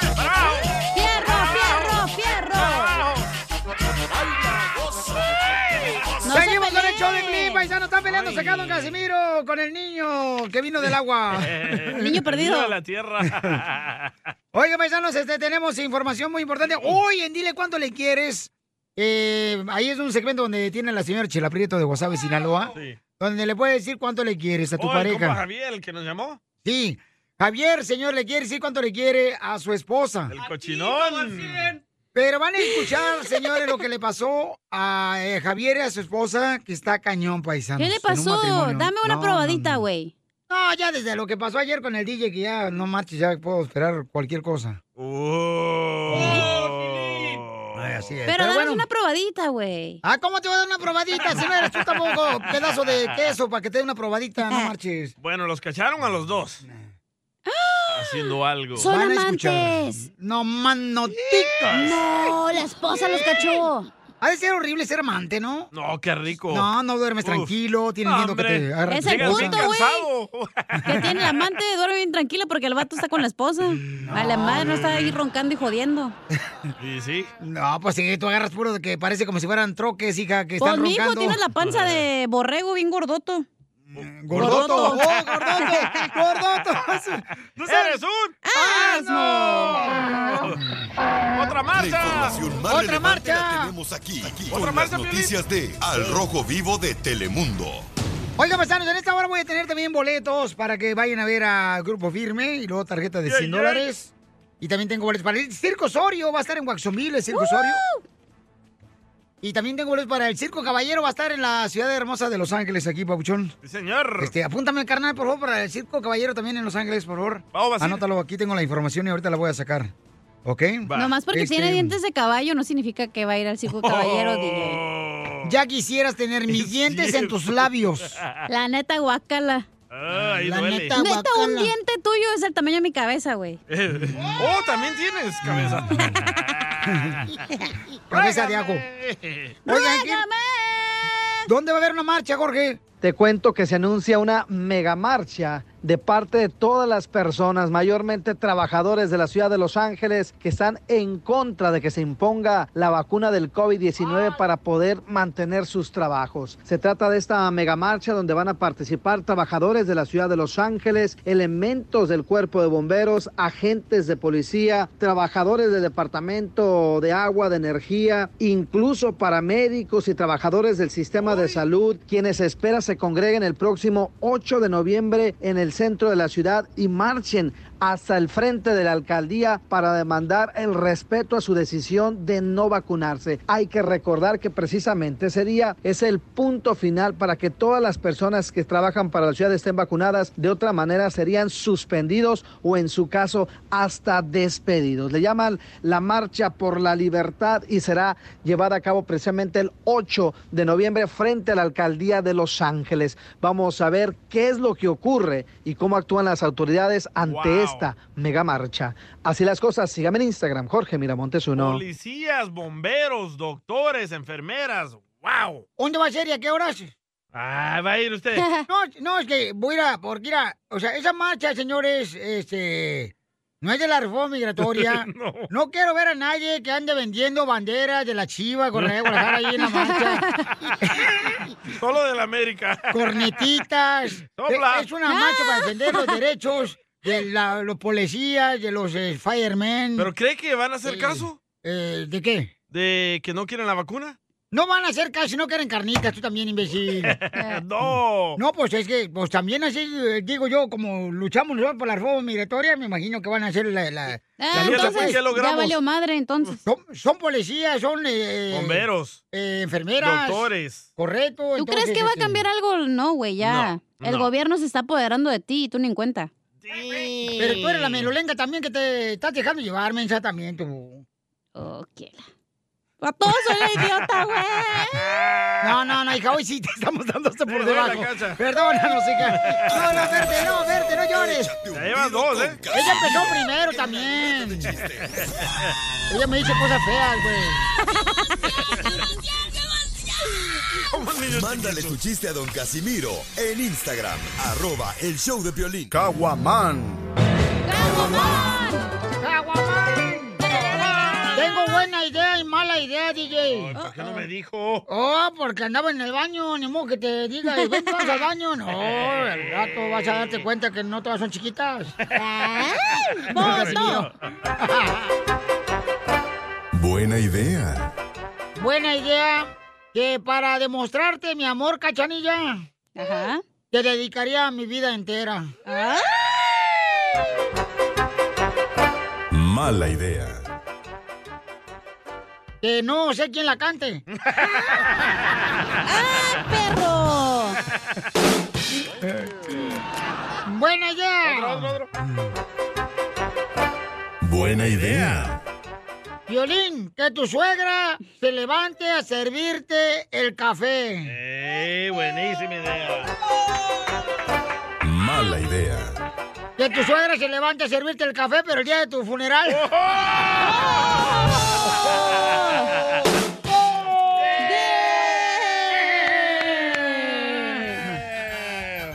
Speaker 2: ¡Fierro, fierro, fierro!
Speaker 1: No
Speaker 2: se
Speaker 1: Seguimos con el
Speaker 2: peleen.
Speaker 1: show de Piolín, paisano. Está peleando acá don Casimiro con el niño que vino del agua.
Speaker 4: El niño de Ah. la tierra.
Speaker 1: Oiga, paisanos, este, tenemos información muy importante. Hoy en Dile Cuánto Le Quieres. eh, ahí es un segmento donde tiene la señora Chela Prieto de Guasave, Sinaloa. Donde le puede decir cuánto le quieres a tu
Speaker 4: Oh, el
Speaker 1: pareja.
Speaker 4: compa Javier, el que nos llamó.
Speaker 1: Sí. Javier, señor, le quiere decir cuánto le quiere a su esposa.
Speaker 4: El cochinón.
Speaker 1: Pero van a escuchar, señores, lo que le pasó a eh, Javier y a su esposa, que está cañón, paisano.
Speaker 10: ¿Qué le pasó? Dame una probadita, güey.
Speaker 1: No, ya desde lo que pasó ayer con el DJ, que ya no marches, ya puedo esperar cualquier cosa. Ay, así es.
Speaker 10: Pero dame
Speaker 1: bueno.
Speaker 10: una probadita, güey.
Speaker 1: Ah, ¿cómo te voy a dar una probadita? Si no eres tú tampoco, pedazo de queso, para que te dé una probadita, no marches.
Speaker 4: Bueno, los cacharon a los dos. Haciendo algo.
Speaker 1: Van a escuchar. No, man, no ticas.
Speaker 4: No,
Speaker 1: la esposa los cachó. Ha de ser horrible ser amante, ¿no?
Speaker 4: No, qué rico.
Speaker 1: No, no duermes tranquilo, tienes miedo que te agarre
Speaker 10: Es el
Speaker 1: tu esposa.
Speaker 10: punto, güey. Que tiene el amante, duerme bien tranquilo porque el vato está con la esposa. A la madre no está ahí roncando y jodiendo.
Speaker 4: Y sí.
Speaker 1: No, pues sí, tú agarras puro de que parece como si fueran troques, hija, que
Speaker 10: Pues
Speaker 1: están
Speaker 10: mi hijo
Speaker 1: roncando.
Speaker 10: tiene la panza de borrego bien gordoto.
Speaker 1: Gordoto. Ah,
Speaker 10: gordoto.
Speaker 1: ¡Oh, gordoto! ¡Gordoto! ¡Tú
Speaker 10: Eh,
Speaker 4: eres un
Speaker 1: asno!
Speaker 4: ¡Otra
Speaker 6: La
Speaker 4: marcha!
Speaker 6: información más
Speaker 4: ¡Otra
Speaker 6: relevante la
Speaker 4: marcha!
Speaker 6: tenemos aquí, aquí
Speaker 4: Otra
Speaker 6: con
Speaker 4: marcha,
Speaker 6: las
Speaker 4: Piolín.
Speaker 6: noticias de Al Rojo Vivo de Telemundo.
Speaker 1: Oiga, paisanos, en esta hora voy a tener también boletos para que vayan a ver a Grupo Firme y luego tarjeta de
Speaker 4: Yeah,
Speaker 1: 100
Speaker 4: yeah.
Speaker 1: dólares. Y también tengo boletos para el Circo Osorio, va a estar en Waxomil, el Circo Osorio. Y también tengo boletos para el Circo Caballero, va a estar en la ciudad hermosa de Los Ángeles, aquí, Papuchón.
Speaker 4: Sí, señor.
Speaker 1: Este, apúntame, carnal, por favor, para el Circo Caballero también en Los Ángeles, por favor.
Speaker 4: Vamos, Basil.
Speaker 1: Anótalo, aquí tengo la información y ahorita la voy a sacar. ¿Ok?
Speaker 10: Nomás porque
Speaker 1: Este,
Speaker 10: tiene dientes de caballo no significa que va a ir al circo caballero,
Speaker 4: Oh.
Speaker 10: DJ.
Speaker 1: Ya quisieras tener mis dientes en tus labios.
Speaker 10: La neta, guacala.
Speaker 4: Ah, ahí
Speaker 1: La
Speaker 4: duele.
Speaker 1: neta,
Speaker 10: Neta, un diente tuyo es el tamaño de mi cabeza, güey.
Speaker 4: oh, también tienes cabeza.
Speaker 1: Cabeza de
Speaker 10: Ah,
Speaker 1: ajo. Oigan, ¿qué- ¿dónde va a haber una marcha, Jorge?
Speaker 7: Te cuento que se anuncia una megamarcha de parte de todas las personas, mayormente trabajadores de la ciudad de Los Ángeles, que están en contra de que se imponga la vacuna del COVID-19 para poder mantener sus trabajos. Se trata de esta megamarcha donde van a participar trabajadores de la ciudad de Los Ángeles, elementos del cuerpo de bomberos, agentes de policía, trabajadores del departamento de agua, de energía, incluso paramédicos y trabajadores del sistema de salud, quienes se espera se congreguen el próximo 8 de noviembre en el centro de la ciudad y marchen hasta el frente de la alcaldía para demandar el respeto a su decisión de no vacunarse. Hay que recordar que precisamente ese día es el punto final para que todas las personas que trabajan para la ciudad estén vacunadas. De otra manera serían suspendidos o en su caso hasta despedidos. Le llaman la marcha por la libertad y será llevada a cabo precisamente el 8 de noviembre frente a la alcaldía de Los Ángeles. Vamos a ver qué es lo que ocurre y cómo actúan las autoridades ante
Speaker 4: Wow.
Speaker 7: esta mega marcha. Así las cosas, sígame en Instagram, Jorge Miramontes uno.
Speaker 4: Policías, bomberos, doctores, enfermeras. ¡Wow!
Speaker 1: ¿Dónde va a ser y a qué horas?
Speaker 4: Ah, va a ir usted.
Speaker 1: No, no, es que voy a ir a, porque mira, o sea, esa marcha, señores, este, no es de la reforma migratoria.
Speaker 2: No.
Speaker 1: no. quiero ver a nadie que ande vendiendo banderas de la chiva con la de Guadalajara ahí en la marcha.
Speaker 4: Solo de la América.
Speaker 1: Cornetitas. E,
Speaker 4: Sopla.
Speaker 1: Es una marcha para defender los derechos de la- los policías, de los eh, firemen. Eh,
Speaker 4: ¿Pero cree que van a hacer caso?
Speaker 1: ¿De qué?
Speaker 4: ¿De que no quieren la vacuna?
Speaker 1: No van a hacer caso, no quieren carnitas, tú también, imbécil.
Speaker 4: no.
Speaker 1: No, pues es que, pues también así, eh, digo yo, como luchamos nosotros por la reforma migratoria, me imagino que van a hacer la... la, la pues.
Speaker 10: Ah,
Speaker 1: lucha por-
Speaker 10: entonces, ya valió madre, entonces.
Speaker 1: Son, son policías, son... eh,
Speaker 4: Bomberos.
Speaker 1: eh, enfermeras.
Speaker 4: Doctores.
Speaker 1: Correcto. este,
Speaker 10: ¿Tú crees que va a cambiar algo? No, güey, ya.
Speaker 1: No,
Speaker 10: El
Speaker 1: no.
Speaker 10: gobierno se está apoderando de ti y tú ni en cuenta. Eh.
Speaker 1: Pero tú eres la melolenga también que te estás dejando llevar, mensa, también tú.
Speaker 10: Ok. A todos soy Oh, la idiota, güey.
Speaker 1: No, no, no, hija, hoy sí te estamos dando hasta por
Speaker 2: Perdón, la
Speaker 1: debajo.
Speaker 2: cacha.
Speaker 1: Perdónanos, hija. No, no, verte, no, verte, no llores.
Speaker 4: Ya llevas dos, ¿eh?
Speaker 1: Ella empezó primero también. Ella me dice cosas feas, güey.
Speaker 6: Mándale tu chiste a don Casimiro en Instagram, arroba el show de violín.
Speaker 1: ¡Caguamán! Tengo buena idea y mala idea, DJ.
Speaker 4: ¿Por qué no me dijo?
Speaker 1: Oh, porque andaba en el baño, ni modo que te diga, "Ven, vamos al baño. No, al rato vas a darte cuenta que no todas son chiquitas.
Speaker 2: ¡Voto!
Speaker 6: Buena idea.
Speaker 1: Buena idea que para demostrarte mi amor, cachanilla, te dedicaría mi vida entera.
Speaker 6: Mala idea.
Speaker 1: Que no sé quién la cante. ¡Ah, perro! Buena idea.
Speaker 6: Buena idea.
Speaker 1: Violín, que tu suegra se levante a servirte el café.
Speaker 4: ¡Ey, buenísima idea!
Speaker 6: Mala idea.
Speaker 1: Que tu suegra se levante a servirte el café, pero el día de tu funeral.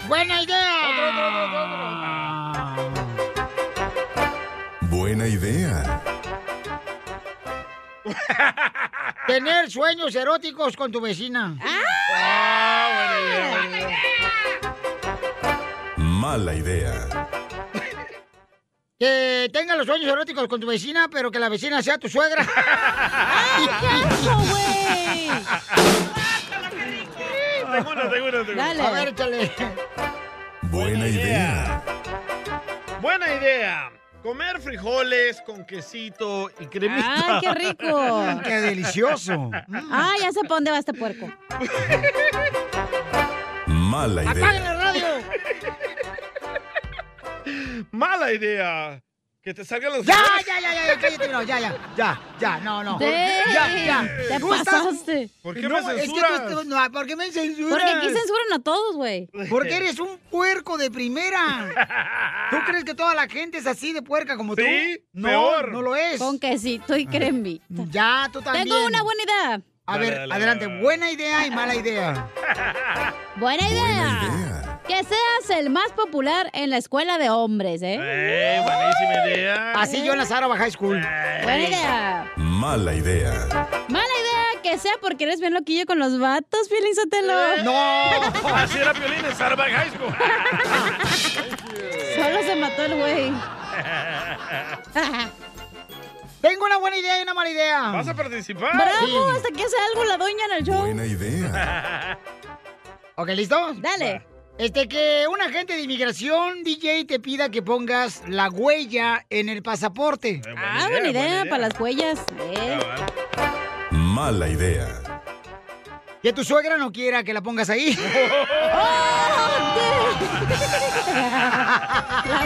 Speaker 1: Buena idea. Ah.
Speaker 6: Buena idea.
Speaker 1: Tener sueños eróticos con tu vecina.
Speaker 6: Mala idea.
Speaker 1: Que tenga los sueños eróticos con tu vecina, pero que la vecina sea tu suegra.
Speaker 4: Tengo una, tengo una, tengo una.
Speaker 1: A ver, échale.
Speaker 6: Buena idea.
Speaker 4: Buena idea. Comer frijoles con quesito y cremita.
Speaker 10: ¡Ay, qué rico!
Speaker 1: Ah, ¡Qué delicioso!
Speaker 10: Ah, ya sé para dónde va este puerco.
Speaker 6: Mala idea.
Speaker 1: la radio!
Speaker 4: Mala idea. Que te salgan los
Speaker 1: ¡Ya,
Speaker 4: frijoles.
Speaker 1: ya, ya, ya! ya, cállate, no, ya, ya, ya, ya, no, no.
Speaker 4: Sí.
Speaker 1: ¡Ya, ya!
Speaker 4: Te
Speaker 1: Tú estás-
Speaker 10: pasaste.
Speaker 4: ¿Por qué
Speaker 1: Pues No,
Speaker 4: me
Speaker 1: es que
Speaker 4: censuras?
Speaker 1: tú- tú- no, ¿Por qué me censuras?
Speaker 10: Porque aquí censuran a todos, güey.
Speaker 1: Porque eres un puerco de primera. ¿Tú crees que toda la gente es así de puerca como tú?
Speaker 10: Sí,
Speaker 1: no,
Speaker 10: peor.
Speaker 1: no lo es.
Speaker 10: Con quesito y cremita.
Speaker 1: Ya, tú también.
Speaker 10: Tengo una buena idea.
Speaker 1: A ver, adelante. Buena idea y mala idea.
Speaker 10: Buena idea. Que seas el más popular en la escuela de hombres, ¿eh?
Speaker 4: ¡Eh, buenísima idea! Eh.
Speaker 1: Así yo en la Sara Baja School.
Speaker 10: Buena idea.
Speaker 6: Mala idea.
Speaker 10: Mala idea que sea porque eres bien loquillo con los vatos, Pielín
Speaker 4: ¡No! Así era Piolín en Sarabag High School.
Speaker 10: Solo se mató el güey.
Speaker 1: Tengo una buena idea y una mala idea.
Speaker 4: ¿Vas a
Speaker 1: pues.
Speaker 4: participar?
Speaker 10: ¡Bravo! Hasta que hace algo la doña en el show.
Speaker 6: Buena idea.
Speaker 1: ¿Ok, listo?
Speaker 10: Dale.
Speaker 1: Este, que un agente de inmigración, DJ, te pida que pongas la huella en el pasaporte.
Speaker 10: Ah, buena idea, para las huellas. Eh.
Speaker 6: Mala idea.
Speaker 1: Que tu suegra no quiera que la pongas ahí.
Speaker 10: Oh,
Speaker 2: La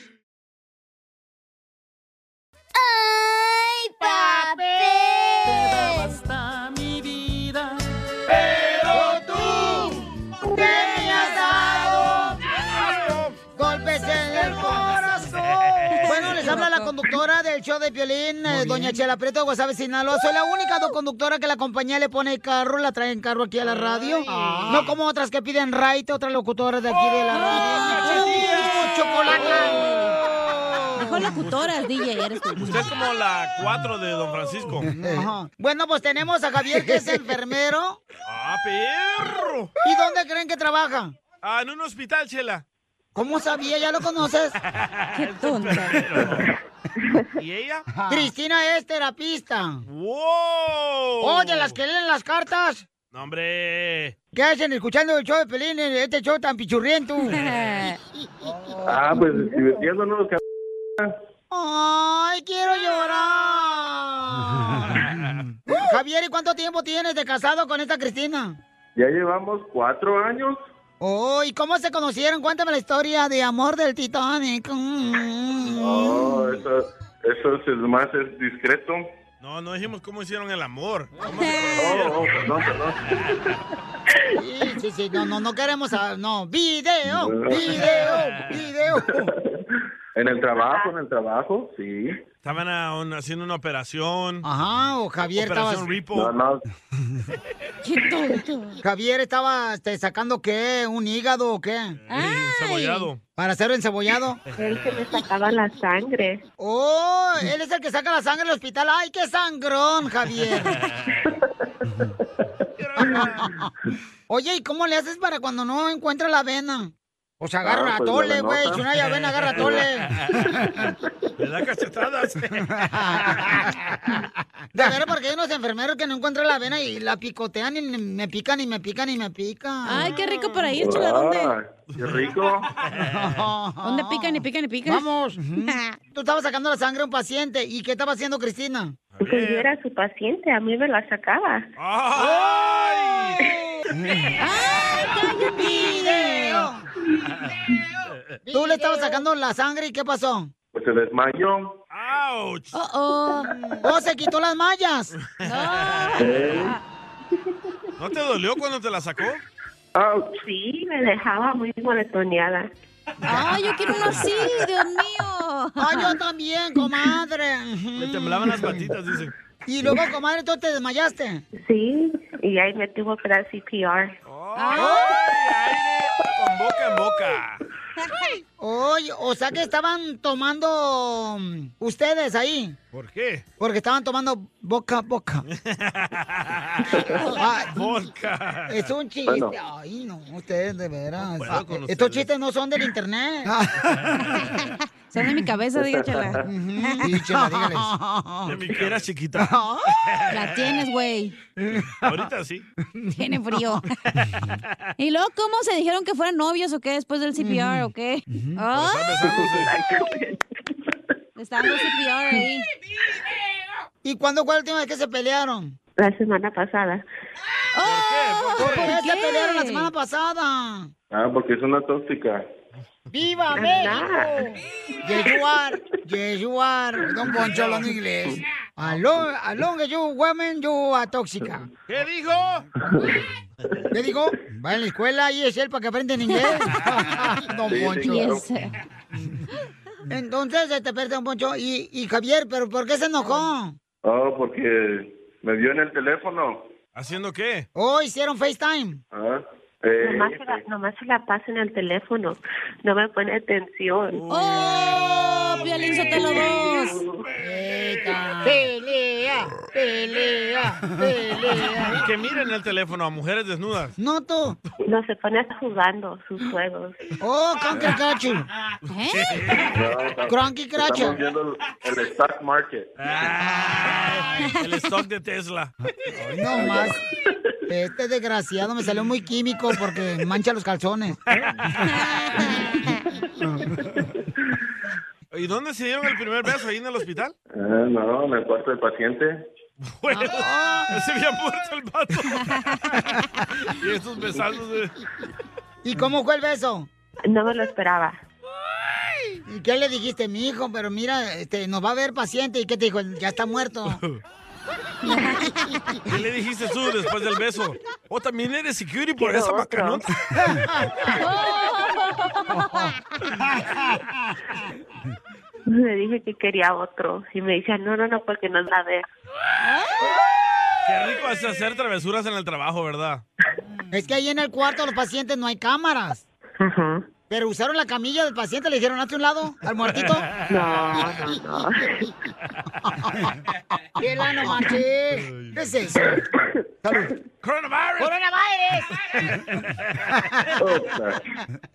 Speaker 2: ¡Ay, papel!
Speaker 18: mi vida.
Speaker 2: Pero tú, ¿qué me has dado?
Speaker 1: Golpes en el corazón. Bueno, les habla la conductora del show de Piolín, eh, doña Chela Prieto de Guasave, Sinaloa. Soy la única do- conductora que la compañía le pone carro, la trae en carro aquí a la radio. No como otras que piden raite, otras locutoras de aquí de la radio. ¡Uh, chocolate!
Speaker 10: Mejor locutoras, DJ, eres tú.
Speaker 4: Usted es como la 4 de Don Francisco.
Speaker 1: Ajá. Bueno, pues tenemos a Javier, que es enfermero.
Speaker 4: ¡Ah, perro!
Speaker 1: ¿Y dónde creen que trabaja?
Speaker 4: Ah, en un hospital, Chela.
Speaker 1: ¿Cómo sabía? ¿Ya lo conoces? ¡Qué
Speaker 4: ¿Y ella?
Speaker 1: Cristina es terapista.
Speaker 4: ¡Wow!
Speaker 1: Oye, las que leen las cartas.
Speaker 4: No, hombre.
Speaker 1: ¿Qué hacen escuchando el show de Pelín, este show tan pichurriento?
Speaker 15: Ah, pues divirtiéndonos, c-
Speaker 1: ¡Ay, quiero llorar! Javier, ¿y cuánto tiempo tienes de casado con esta Cristina?
Speaker 15: Ya llevamos cuatro años.
Speaker 1: Oh, ¿y cómo se conocieron? Cuéntame la historia de amor del Titanic. Mm.
Speaker 15: Oh, eso, eso es más es discreto.
Speaker 4: No, no dijimos cómo hicieron el amor.
Speaker 15: Oh, oh, perdón, perdón.
Speaker 1: Sí, sí, sí, no, no, no queremos... a- No, video, video, video.
Speaker 15: En el trabajo, en el trabajo, sí.
Speaker 4: Estaban a un- haciendo una operación.
Speaker 1: Ajá, o Javier
Speaker 4: Operación
Speaker 1: estabas-
Speaker 4: Repo.
Speaker 1: No, Javier, ¿estaba este, sacando qué? ¿Un hígado o qué?
Speaker 4: Encebollado.
Speaker 1: ¿Para hacerlo encebollado?
Speaker 19: Él que me sacaba la sangre.
Speaker 1: ¡Oh! Él es el que saca la sangre del hospital. ¡Ay, qué sangrón, Javier! Oye, ¿y cómo le haces para cuando no encuentra la avena? O sea,
Speaker 2: Ah,
Speaker 1: agarra una
Speaker 2: pues, la
Speaker 1: tole, güey.
Speaker 2: venota.
Speaker 1: Si no hay avena, agarra tole.
Speaker 4: Le da cachetadas.
Speaker 1: De ver, porque hay unos enfermeros que no encuentran la avena y la picotean y me pican y me pican y me pican.
Speaker 10: Ay, qué rico para ir, chula. ¿Dónde?
Speaker 15: Ah, qué rico.
Speaker 10: ¿Dónde pican y pican y pican?
Speaker 1: Ah. Vamos. Tú estabas sacando la sangre a un paciente. ¿Y qué estaba haciendo Cristina?
Speaker 19: Pues yo era su paciente, a mí me la sacaba.
Speaker 1: ¡Video! Tú le estabas sacando la sangre y ¿qué pasó?
Speaker 15: Pues se desmayó.
Speaker 1: Oh, oh. oh se quitó las mallas.
Speaker 4: ¿Eh? ¿No te dolió cuando te la sacó?
Speaker 19: Sí, me dejaba muy moletoneada.
Speaker 10: Ay, yo quiero uno así, Dios mío.
Speaker 1: Ay, yo también, comadre.
Speaker 4: Le temblaban las patitas, dice.
Speaker 1: Y luego, comadre, tú te desmayaste.
Speaker 19: Sí, y ahí me tuvo que dar CPR.
Speaker 4: Con boca en boca.
Speaker 1: Oye, o sea que estaban tomando mm, ustedes ahí.
Speaker 4: ¿Por qué?
Speaker 1: Porque estaban tomando boca a boca. Ah,
Speaker 4: Boca.
Speaker 1: Es un chiste.
Speaker 4: Bueno.
Speaker 1: Ay, no, ustedes de veras.
Speaker 4: puedo
Speaker 1: Ah,
Speaker 4: con
Speaker 1: Estos
Speaker 4: ustedes.
Speaker 1: chistes no son del internet.
Speaker 10: Son de mi cabeza, Ah. diga, chela.
Speaker 1: Ujú. Sí, chela, dígales.
Speaker 4: De mi que era chiquita.
Speaker 10: La tienes, güey.
Speaker 4: Ahorita sí.
Speaker 10: Tiene frío. ¿Y luego cómo se dijeron que fueran novios o qué después del CPR o qué? ¡Ay! Le Estaban dando CPR ahí.
Speaker 1: ¿Y cuándo fue la última vez que se pelearon?
Speaker 20: la semana pasada.
Speaker 1: ¿Por qué se pelearon la semana pasada?
Speaker 21: Ah, porque es una tóxica.
Speaker 1: ¡Viva
Speaker 20: Ajá.
Speaker 1: México! Yes, you are. Yes, you are. Don Poncho hablando inglés. Along, along as you woman, you are tóxica.
Speaker 4: ¿Qué dijo?
Speaker 1: ¿Qué digo? Va a la escuela y es él para que aprendan inglés. Don
Speaker 2: Sí, sí,
Speaker 1: Poncho.
Speaker 2: claro.
Speaker 1: Entonces, este, perdón, Don Poncho. Y, y Javier, ¿pero por qué se enojó?
Speaker 21: Oh, porque me vio en el teléfono.
Speaker 4: ¿Haciendo qué?
Speaker 1: Oh, hicieron FaceTime.
Speaker 21: Ah, eh,
Speaker 20: Nomás se, la, nomás se la paso en el teléfono. No me pone atención.
Speaker 2: ¡Oh! Piolín Sotelo dos.
Speaker 1: ¡Pelea! ¡Pelea! ¡Pelea!
Speaker 4: Y que miren el teléfono a mujeres desnudas.
Speaker 1: No tú.
Speaker 20: No se pone hasta jugando sus juegos.
Speaker 1: ¡Oh, Conker Cachu!
Speaker 21: no,
Speaker 1: Cranky Cracha.
Speaker 21: Estamos viendo el, el stock market.
Speaker 4: El stock de Tesla.
Speaker 1: No más. Este desgraciado me salió muy químico porque mancha los calzones.
Speaker 4: ¿Y dónde se dieron el primer beso? ¿Ahí en el hospital?
Speaker 15: eh,
Speaker 21: Ah, no, en el cuarto del paciente.
Speaker 4: Bueno,
Speaker 1: Ah.
Speaker 4: se había muerto el vato. y estos besándose.
Speaker 1: ¿Y cómo fue el beso?
Speaker 20: No me lo esperaba.
Speaker 1: ¿Y qué le dijiste, mi hijo? Pero mira, este, nos va a ver paciente. ¿Y qué te dijo? Ya está muerto.
Speaker 4: ¿Qué le dijiste tú después del beso? ¿O también eres security por
Speaker 20: Quiero
Speaker 4: esa
Speaker 20: otro.
Speaker 4: macanota?
Speaker 20: Le dije que quería otro. Y me dice, no, no, no, porque no es la vez.
Speaker 4: Qué rico es hacer travesuras en el trabajo, ¿verdad?
Speaker 1: Es que ahí en el cuarto de los pacientes no hay cámaras.
Speaker 20: Ajá.
Speaker 1: Pero usaron la camilla del paciente, le dijeron, hazte un lado, al muertito.
Speaker 20: No, no, no.
Speaker 1: ¡Qué lano, manches! ¿Qué es eso? Salud.
Speaker 4: ¡Coronavirus!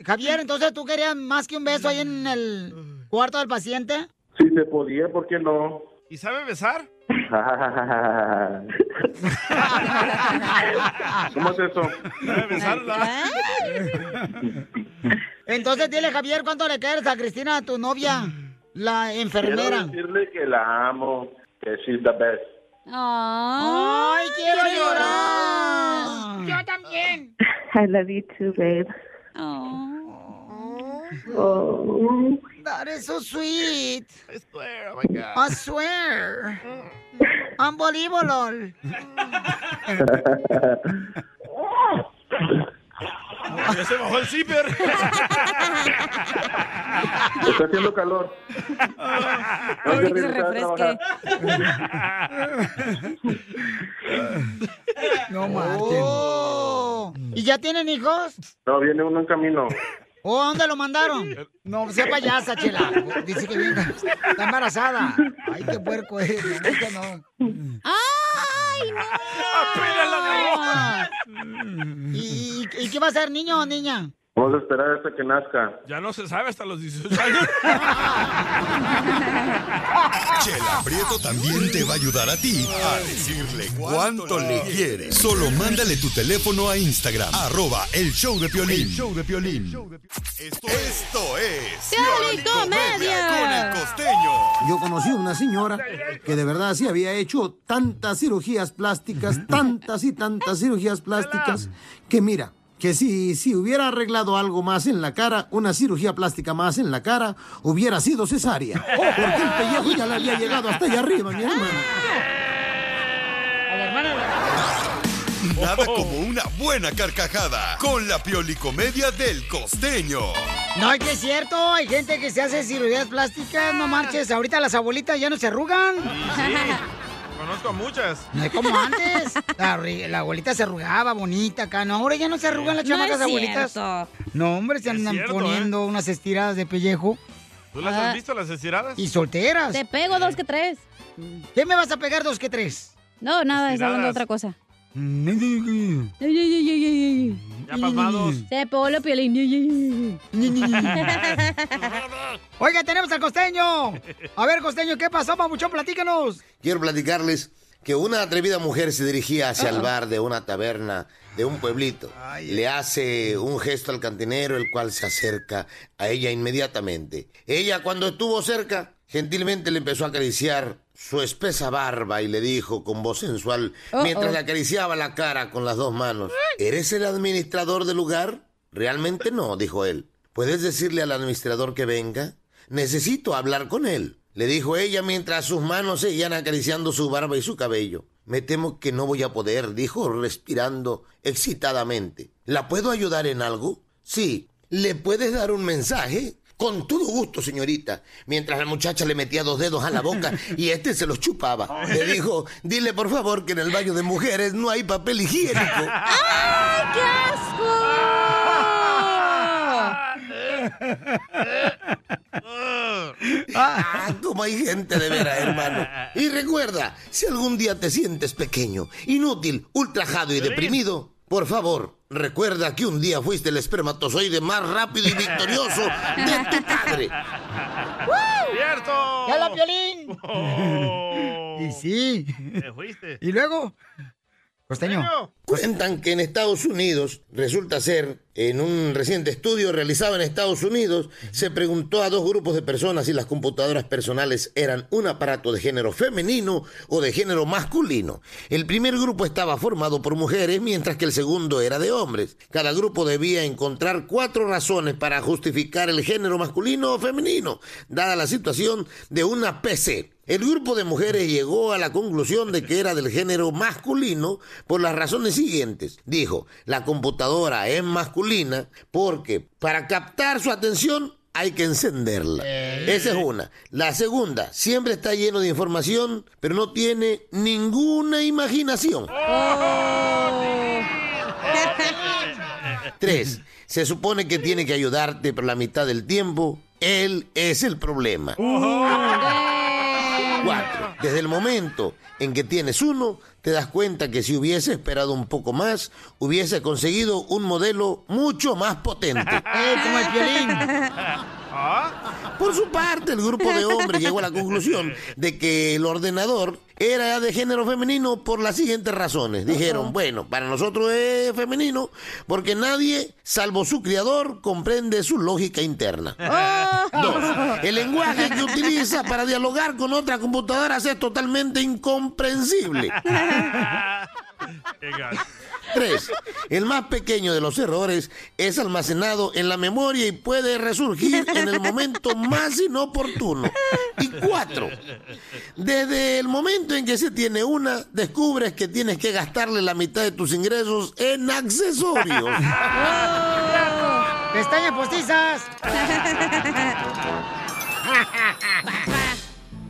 Speaker 1: Javier, entonces tú querías más que un beso ahí en el cuarto del paciente.
Speaker 21: Si se podía, ¿por qué no?
Speaker 4: ¿Y sabe besar?
Speaker 21: ¿Cómo es eso?
Speaker 1: Entonces dile, Javier, ¿cuánto le quieres a Cristina, tu novia, la
Speaker 21: Quiero
Speaker 1: enfermera?
Speaker 21: decirle que la amo, que she's the best.
Speaker 1: ¡Ay, quiero llorar!
Speaker 2: Yo también.
Speaker 20: I love you too, babe. Oh.
Speaker 1: That is so sweet. I swear, oh
Speaker 20: my God.
Speaker 1: I swear. Unbelievable.
Speaker 4: Ya se bajó el zipper.
Speaker 21: Está haciendo calor. Hay que regresar a trabajar.
Speaker 1: No marchen. ¿Y ya tienen hijos?
Speaker 21: No, viene uno en camino.
Speaker 1: ¿O a dónde lo mandaron? No, sea payasa, chela. Dice que viene. Está embarazada. Ay, qué puerco es. la neta, no.
Speaker 2: ¡Ay, no!
Speaker 1: ¿Y, y- y qué va a ser, niño o niña?
Speaker 21: Vamos a esperar hasta que nazca.
Speaker 4: Ya no se sabe hasta los 18 años.
Speaker 6: Chela Prieto también te va a ayudar a ti a decirle cuánto le quiere. Solo mándale tu teléfono a Instagram, arroba el show de Piolín. show de Esto, esto es
Speaker 2: Comedia.
Speaker 6: con el costeño.
Speaker 22: Yo conocí una señora que de verdad sí había hecho tantas cirugías plásticas, tantas y tantas cirugías plásticas, que mira, que si, si hubiera arreglado algo más en la cara, una cirugía plástica más en la cara, hubiera sido cesárea. Porque Oh, el pellejo ya le había llegado hasta allá arriba, mi hermano.
Speaker 6: Nada como una buena carcajada con la piolicomedia del costeño.
Speaker 1: No, es que es cierto. Hay gente que se hace cirugías plásticas. No marches. Ahorita las abuelitas ya no se arrugan.
Speaker 4: Conozco a muchas.
Speaker 1: No es como antes. La, arri- la abuelita se arrugaba bonita acá. No, ahora ya no se arrugan las
Speaker 2: No
Speaker 1: chamacas
Speaker 2: es
Speaker 1: abuelitas.
Speaker 2: cierto.
Speaker 1: No, hombre, se
Speaker 4: Es
Speaker 1: andan
Speaker 4: cierto, ¿eh?
Speaker 1: poniendo unas estiradas de pellejo.
Speaker 4: ¿Tú las
Speaker 1: Ah.
Speaker 4: has visto, las estiradas?
Speaker 1: Y solteras. Te pego dos que tres. ¿Qué me vas a pegar dos que tres?
Speaker 10: No, nada, es hablando
Speaker 4: Estiradas.
Speaker 10: de otra cosa.
Speaker 1: Ya
Speaker 10: Ay, ay, ay, ay, ay, ay.
Speaker 4: pasmados.
Speaker 10: Se pegó la piolín. Ay, ay, ay, ay.
Speaker 1: Oiga, tenemos al costeño. A ver, costeño, ¿qué pasó, mamuchón? Platícanos.
Speaker 11: Quiero platicarles que una atrevida mujer se dirigía hacia el bar de una taberna de un pueblito. Le hace un gesto al cantinero, el cual se acerca a ella inmediatamente. Ella, cuando estuvo cerca, gentilmente le empezó a acariciar su espesa barba y le dijo con voz sensual,
Speaker 5: Oh,
Speaker 11: mientras
Speaker 5: oh.
Speaker 11: le acariciaba la cara con las dos manos, ¿eres el administrador del lugar? Realmente no, dijo él. ¿Puedes decirle al administrador que venga? Necesito hablar con él, le dijo ella mientras sus manos seguían acariciando su barba y su cabello. Me temo que no voy a poder, dijo respirando excitadamente. ¿La puedo ayudar en algo? Sí. ¿Le puedes dar un mensaje? Con todo gusto, señorita. Mientras la muchacha le metía dos dedos a la boca y este se los chupaba. Le dijo, dile por favor que en el baño de mujeres no hay papel higiénico.
Speaker 2: ¡Qué
Speaker 11: Ah, como hay gente de veras, hermano. Y recuerda, si algún día te sientes pequeño, inútil, ultrajado y deprimido, por favor, recuerda que un día fuiste el espermatozoide más rápido y victorioso de tu padre.
Speaker 4: ¡Cierto! Oh.
Speaker 1: ¡Ya la piolín! y sí.
Speaker 4: ¿Te fuiste?
Speaker 1: ¿Y luego? Costeño.
Speaker 11: Cuentan que en Estados Unidos, resulta ser, en un reciente estudio realizado en Estados Unidos, se preguntó a dos grupos de personas si las computadoras personales eran un aparato de género femenino o de género masculino. El primer grupo estaba formado por mujeres, mientras que el segundo era de hombres. Cada grupo debía encontrar cuatro razones para justificar el género masculino o femenino, dada la situación de una PC. El grupo de mujeres llegó a la conclusión de que era del género masculino por las razones siguientes. Dijo, la computadora es masculina porque para captar su atención hay que encenderla. Esa es una. La segunda, siempre está lleno de información, pero no tiene ninguna imaginación.
Speaker 4: Oh.
Speaker 11: Tres, se supone que tiene que ayudarte, pero la mitad del tiempo, él es el problema.
Speaker 1: Uh.
Speaker 11: Cuatro, desde el momento en que tienes uno, te das cuenta que si hubiese esperado un poco más, hubiese conseguido un modelo mucho más potente.
Speaker 1: Eh, como el
Speaker 11: Por su parte, el grupo de hombres llegó a la conclusión de que el ordenador era de género femenino por las siguientes razones. Dijeron, bueno, para nosotros es femenino porque nadie, salvo su criador, comprende su lógica interna. Dos, el lenguaje que utiliza para dialogar con otras computadoras es totalmente incomprensible. Tres, el más pequeño de los errores es almacenado en la memoria y puede resurgir en el momento más inoportuno. Y cuatro, desde el momento en que se tiene una, descubres que tienes que gastarle la mitad de tus ingresos en accesorios.
Speaker 1: ¡Pestañas postizas!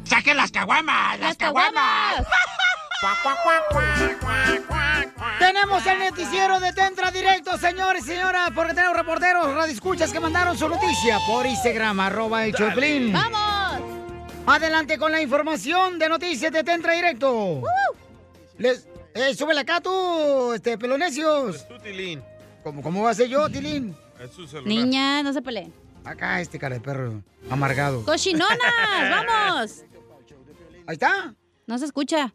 Speaker 2: ¡Saquen las caguamas! ¡Las caguamas!
Speaker 1: Tenemos el noticiero de Tentra Directo, señores y señoras, porque tenemos reporteros, radioescuchas que mandaron su noticia por Instagram, arroba el
Speaker 2: Dale.
Speaker 1: Choplin. ¡Vamos! Adelante con la información de noticias de Tentra Directo. Les, eh, súbele acá tú, este, pelonesios.
Speaker 4: Tú, Tilín.
Speaker 1: ¿Cómo, ¿Cómo va a ser yo, Tilín?
Speaker 4: Es su celular.
Speaker 10: Niña, no se peleen.
Speaker 1: Acá este cara de perro, amargado.
Speaker 10: ¡Cochinonas! ¡Vamos!
Speaker 1: Ahí está.
Speaker 10: No se escucha.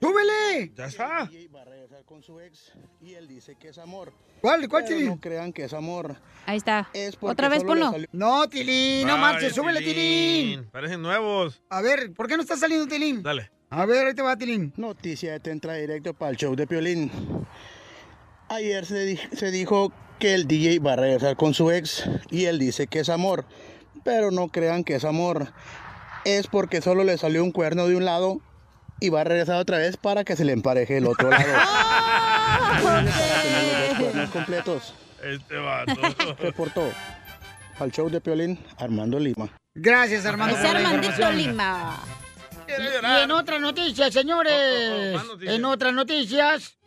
Speaker 1: ¡Súbele!
Speaker 4: Ya está.
Speaker 12: Y él dice que es amor.
Speaker 1: ¿Cuál, cuál,
Speaker 12: Pero
Speaker 1: Tilín?
Speaker 12: No crean que es amor.
Speaker 10: Ahí está.
Speaker 12: porque
Speaker 10: Otra vez
Speaker 12: solo le
Speaker 10: ponlo.
Speaker 12: salió-
Speaker 1: No, Tilín, no
Speaker 4: Ay,
Speaker 1: marches, súbele,
Speaker 4: Tilín.
Speaker 1: Tilín.
Speaker 4: Parecen nuevos.
Speaker 1: A ver, ¿por qué no está saliendo Tilín?
Speaker 4: Dale.
Speaker 1: A ver, ahí te va, Tilín.
Speaker 12: Noticia de Tentra Directo para el show de Piolín. Ayer se, di- se dijo que el DJ va a regresar con su ex y él dice que es amor. Pero no crean que es amor. Es porque solo le salió un cuerno de un lado y va a regresar otra vez para que se le empareje el otro lado. Cuernos completos.
Speaker 4: Este vato.
Speaker 12: Reportó al show de Piolín Armando Lima.
Speaker 1: Gracias, Armando.
Speaker 12: Ese
Speaker 1: por la
Speaker 12: Armandito
Speaker 1: información.
Speaker 12: Lima.
Speaker 1: Y, y en otras noticias,
Speaker 4: Oh,
Speaker 1: señores, en otras noticias,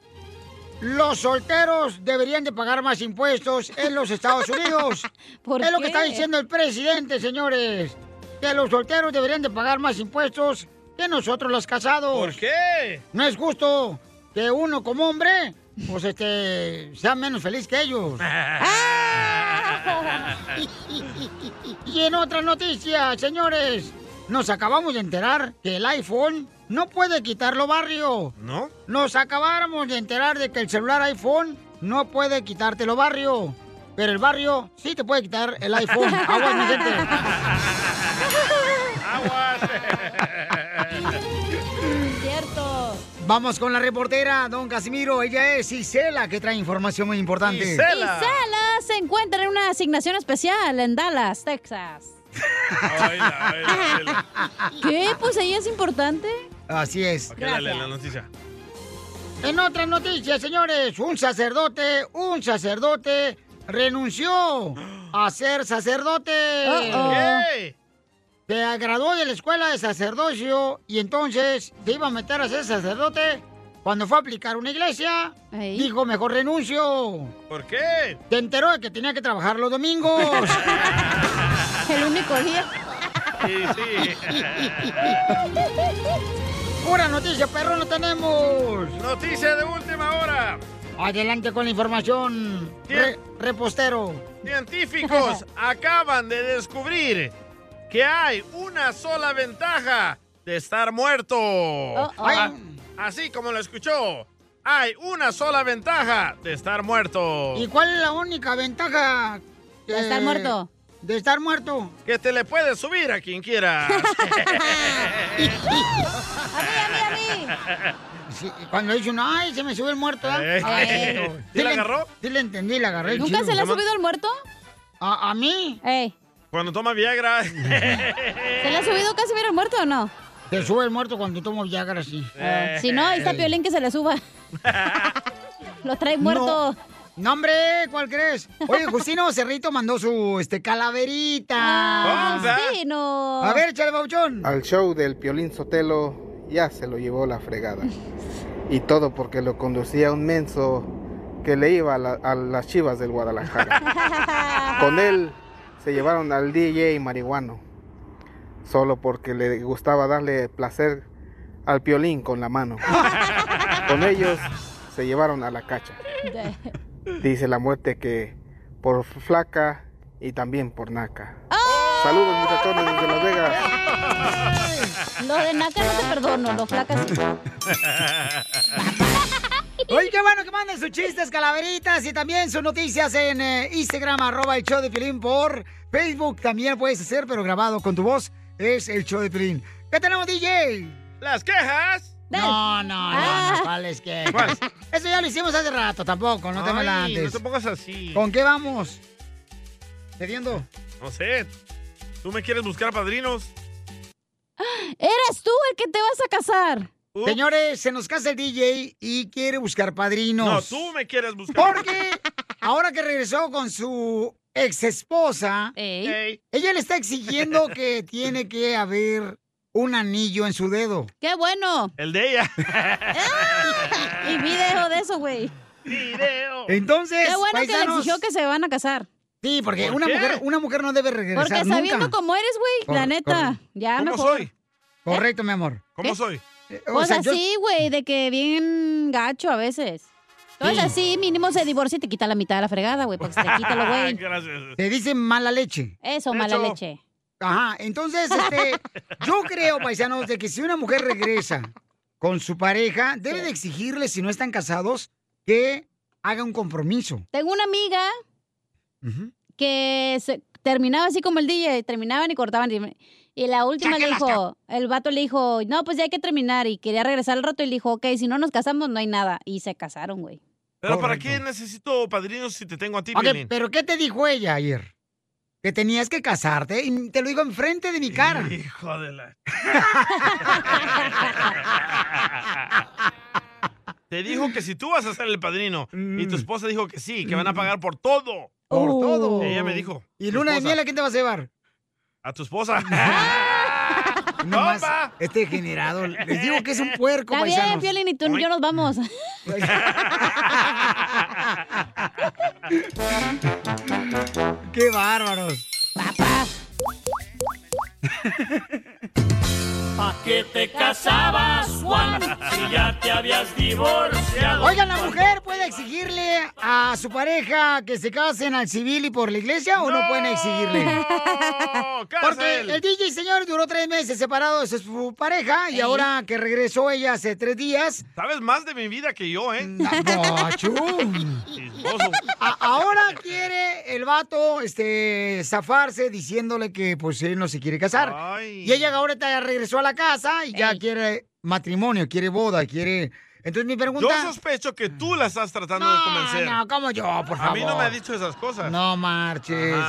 Speaker 1: los solteros deberían de pagar más impuestos en los Estados Unidos.
Speaker 10: ¿Por
Speaker 1: es lo que
Speaker 10: qué?
Speaker 1: está diciendo el presidente, señores, que los solteros deberían de pagar más impuestos que nosotros los casados.
Speaker 4: ¿Por qué?
Speaker 1: No es justo que uno como hombre, pues este, sea menos feliz que ellos. Y en otra noticia, señores, nos acabamos de enterar que el iPhone no puede quitarlo barrio.
Speaker 4: ¿No?
Speaker 1: Nos acabáramos de enterar de que el celular iPhone no puede quitártelo barrio. Pero el barrio sí te puede quitar el iPhone. Aguas, mi gente.
Speaker 2: ¡Aguas!
Speaker 10: cierto.
Speaker 1: Vamos con la reportera, don Casimiro. Ella es Isela, que trae información muy importante.
Speaker 10: Isela se encuentra en una asignación especial en Dallas, Texas. ¿Qué? Pues ahí es importante.
Speaker 1: Así es.
Speaker 4: Ok, dale la noticia.
Speaker 1: En otras noticias, señores, un sacerdote, un sacerdote renunció a ser sacerdote.
Speaker 2: Uh-oh.
Speaker 4: ¿Qué?
Speaker 1: Se graduó de la escuela de sacerdocio y entonces se iba a meter a ser sacerdote. Cuando fue a aplicar una iglesia, dijo, mejor renuncio.
Speaker 4: ¿Por qué?
Speaker 1: Se enteró de que tenía que trabajar los domingos. El único día.
Speaker 4: Sí, sí.
Speaker 1: Pura noticia, perro, no tenemos.
Speaker 4: Noticia de última hora.
Speaker 1: Adelante con la información, re- repostero.
Speaker 4: Científicos acaban de descubrir que hay una sola ventaja de estar muerto. Ah, Así como lo escuchó, hay una sola ventaja de estar muerto.
Speaker 1: ¿Y cuál es la única ventaja?
Speaker 4: De estar muerto.
Speaker 1: De estar muerto.
Speaker 4: Que te le puedes subir a quien quieras.
Speaker 1: Sí, cuando dice uno, ay, se me subió el muerto. ¿ah?"
Speaker 4: Eh.
Speaker 1: Ah,
Speaker 4: Eh.
Speaker 1: sí
Speaker 4: ¿Sí la
Speaker 1: le-
Speaker 4: agarró?
Speaker 1: Sí le entendí, la agarré.
Speaker 10: ¿Nunca se le ha subido el muerto?
Speaker 1: ¿A, a mí?
Speaker 4: Cuando toma Viagra.
Speaker 10: ¿Se le ha subido casi el muerto o no?
Speaker 1: Te sube el muerto cuando tomo Viagra, sí.
Speaker 4: Eh.
Speaker 10: Ah, Si no, ahí está Piolín que se le suba. Lo trae muerto.
Speaker 1: No, hombre, ¿cuál crees? Oye, Justino Cerrito mandó su este calaverita.
Speaker 10: Ah, Justino.
Speaker 1: A ver, échale, bauchón.
Speaker 5: Al show del Piolín Sotelo ya se lo llevó la fregada. Y todo porque lo conducía un menso que le iba a, la- a las chivas del Guadalajara. Con él se llevaron al DJ marihuano. Solo porque le gustaba darle placer al Piolín con la mano. Con ellos se llevaron a la cacha. Dice la muerte que por flaca y también por naca. Saludos muchachones desde Las Vegas.
Speaker 10: Lo de Naca no te perdono, lo flacas.
Speaker 1: Oye, qué bueno que manden sus chistes, calaveritas y también sus noticias en eh, Instagram, arroba el show de Pilín por Facebook. También puedes hacer, pero grabado con tu voz, es el show de Pilín. ¿Qué tenemos, DJ?
Speaker 4: ¿Las quejas?
Speaker 1: No, no, no,
Speaker 2: Ah.
Speaker 1: no, ¿cuáles quejas? Eso ya lo hicimos hace rato, tampoco, no te
Speaker 4: Ay,
Speaker 1: me la antes.
Speaker 4: no te pongas así.
Speaker 1: ¿Con qué vamos? ¿Cediendo?
Speaker 4: No sé. ¿Tú me quieres buscar padrinos?
Speaker 1: Eres tú el que te vas a casar. Señores, se nos casa el DJ y quiere buscar padrinos.
Speaker 4: No, tú me quieres buscar.
Speaker 1: Porque ahora que regresó con su ex esposa, ella le está exigiendo que tiene que haber un anillo en su dedo.
Speaker 10: ¡Qué bueno!
Speaker 4: El de ella.
Speaker 10: Y video de eso, güey.
Speaker 4: Video.
Speaker 1: Entonces,
Speaker 10: Qué bueno que le
Speaker 1: paisanos-
Speaker 10: exigió que se van a casar.
Speaker 1: Sí, porque una mujer, una mujer no debe regresar
Speaker 10: Porque
Speaker 1: nunca.
Speaker 10: sabiendo cómo eres, güey, la
Speaker 1: Cor-
Speaker 10: neta,
Speaker 1: cor-
Speaker 10: ya
Speaker 1: ¿Cómo
Speaker 10: mejor.
Speaker 1: soy? Correcto, mi amor.
Speaker 4: ¿Cómo
Speaker 10: ¿Eh?
Speaker 4: soy?
Speaker 10: O,
Speaker 1: O sea, yo-
Speaker 10: así, güey, de que bien gacho a veces. Entonces así mínimo se divorcia y te quita la mitad de la fregada, güey, porque se Este, te quita lo güey.
Speaker 4: Gracias.
Speaker 1: Te dicen mala leche.
Speaker 10: Eso, mala
Speaker 1: Eso.
Speaker 10: leche.
Speaker 1: Ajá, entonces, este, yo creo, paisanos, de que si una mujer regresa con su pareja, debe de exigirle, si no están casados, que haga un compromiso.
Speaker 10: Tengo una amiga que se- terminaba así como el DJ, terminaban y cortaban. Y, y la última le dijo, el vato le dijo, no, pues ya hay que terminar. Y quería regresar al rato y le dijo, ok, si no nos casamos, no hay nada. Y se casaron, güey.
Speaker 4: Pero ¿para qué necesito padrinos si te tengo a ti,
Speaker 1: Ok,
Speaker 4: Piolín?
Speaker 1: pero ¿qué te dijo ella ayer? Que tenías que casarte y te lo digo enfrente de mi cara.
Speaker 4: Hijo de la... Te dijo que si tú vas a ser el padrino y tu esposa dijo que sí, que van a pagar por todo.
Speaker 1: Mm. Por
Speaker 10: Uh.
Speaker 1: todo.
Speaker 4: Ella me dijo.
Speaker 1: ¿Y
Speaker 4: tu
Speaker 1: luna de
Speaker 4: esposa,
Speaker 1: miel a quién te vas a llevar?
Speaker 4: A tu esposa.
Speaker 1: No más, este generado. Les digo que es un puerco,
Speaker 10: Está bien,
Speaker 1: paisanos.
Speaker 10: Piolín, y tú y yo nos vamos.
Speaker 1: ¡Qué bárbaros!
Speaker 2: ¿Pa qué te casabas, Juan, si ya te habías divorciado?
Speaker 1: Oigan, ¿la mujer puede exigirle a su pareja que se casen al civil y por la iglesia o no, pueden exigirle? Porque el DJ, señor, duró tres meses separado de su- su pareja y
Speaker 4: Ey.
Speaker 1: ahora que regresó ella hace tres días,
Speaker 4: Sabes más de mi vida que yo, ¿eh?
Speaker 1: Mm. Gacho. a- ahora quiere el vato este, zafarse diciéndole que pues él no se quiere casar. Y ella ahora está- regresó a la casa y ya quiere matrimonio, quiere boda, quiere... Entonces mi pregunta...
Speaker 4: Yo sospecho que tú la estás tratando de convencer.
Speaker 1: no, ¿cómo yo? Por
Speaker 4: A mí no
Speaker 1: favor.
Speaker 4: me ha dicho esas cosas.
Speaker 1: No marches.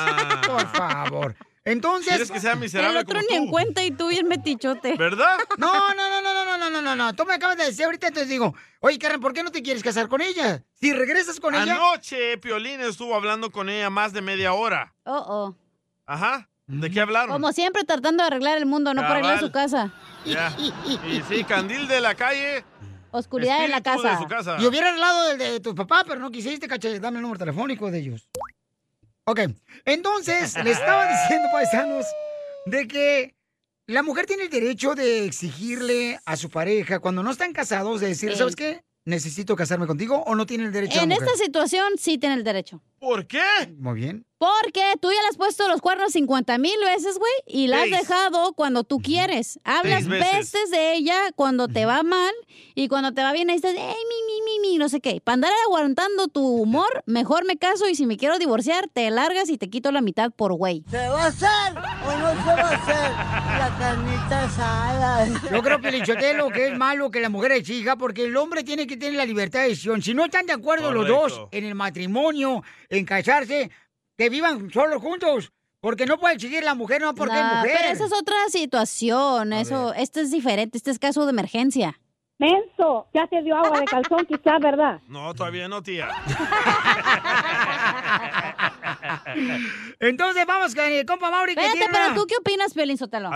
Speaker 1: Por favor. Entonces.
Speaker 4: ¿Quieres que sea miserable
Speaker 10: El otro
Speaker 4: como
Speaker 10: ni
Speaker 4: tú?
Speaker 10: en cuenta y tú bien metichote.
Speaker 4: ¿Verdad?
Speaker 1: No, no, no, no, no, no, no, no, no, no. Tú me acabas de decir ahorita, entonces digo, oye, Karen, ¿por qué no te quieres casar con ella? Si regresas
Speaker 4: Ah,
Speaker 1: con ella.
Speaker 4: Anoche, Piolín estuvo hablando con ella más de media hora.
Speaker 10: Oh, oh.
Speaker 4: Ajá. ¿De
Speaker 1: Mm.
Speaker 4: qué hablaron?
Speaker 10: Como siempre, tratando de arreglar el mundo, no por
Speaker 4: Cabal.
Speaker 10: arreglar su casa.
Speaker 4: Ya. Y sí, candil de la calle.
Speaker 10: Oscuridad en la
Speaker 4: Espíritu de
Speaker 10: casa.
Speaker 4: su casa.
Speaker 1: Y hubiera hablado del de tu papá, pero no quisiste, caché. Dame el número telefónico de ellos. Ok. Entonces, le estaba diciendo, paisanos, de que la mujer tiene el derecho de exigirle a su pareja, cuando no están casados, de decir,
Speaker 10: Ey.
Speaker 1: ¿sabes qué? Necesito casarme contigo o no tiene el derecho
Speaker 10: En
Speaker 1: la mujer?
Speaker 10: esta situación sí tiene el derecho.
Speaker 4: ¿Por qué?
Speaker 1: Muy bien.
Speaker 10: Porque tú ya le has puesto los cuernos 50 mil veces, güey, y la has
Speaker 1: Seis.
Speaker 10: dejado cuando tú quieres. Hablas
Speaker 1: Seis veces.
Speaker 10: veces de ella cuando te va mal y cuando te va bien ahí estás, "Ey, mi, mi, mi, mi, no sé qué. Para andar aguantando tu humor, mejor me caso y si me quiero divorciar, te largas y te quito la mitad por güey.
Speaker 13: ¿Se va a hacer o no se va a hacer la carnita asada?
Speaker 1: Yo creo, Pelichotelo, que es malo que la mujer exija porque el hombre tiene que tener la libertad de decisión. Si no están de acuerdo los
Speaker 13: Correcto.
Speaker 1: dos en el matrimonio, en casarse, que vivan solos juntos. Porque no puede exigir la mujer, no porque es
Speaker 10: Nah,
Speaker 1: mujer.
Speaker 10: Pero esa es otra situación, eso, este es diferente, este es caso de emergencia.
Speaker 14: Menso, ya te dio agua de calzón quizás, ¿verdad?
Speaker 4: No, todavía no, tía.
Speaker 1: Entonces vamos con el compa Mauri que
Speaker 10: Espérate,
Speaker 1: tiene
Speaker 10: pero
Speaker 1: una-
Speaker 10: ¿tú qué opinas, Piolín Sotelo?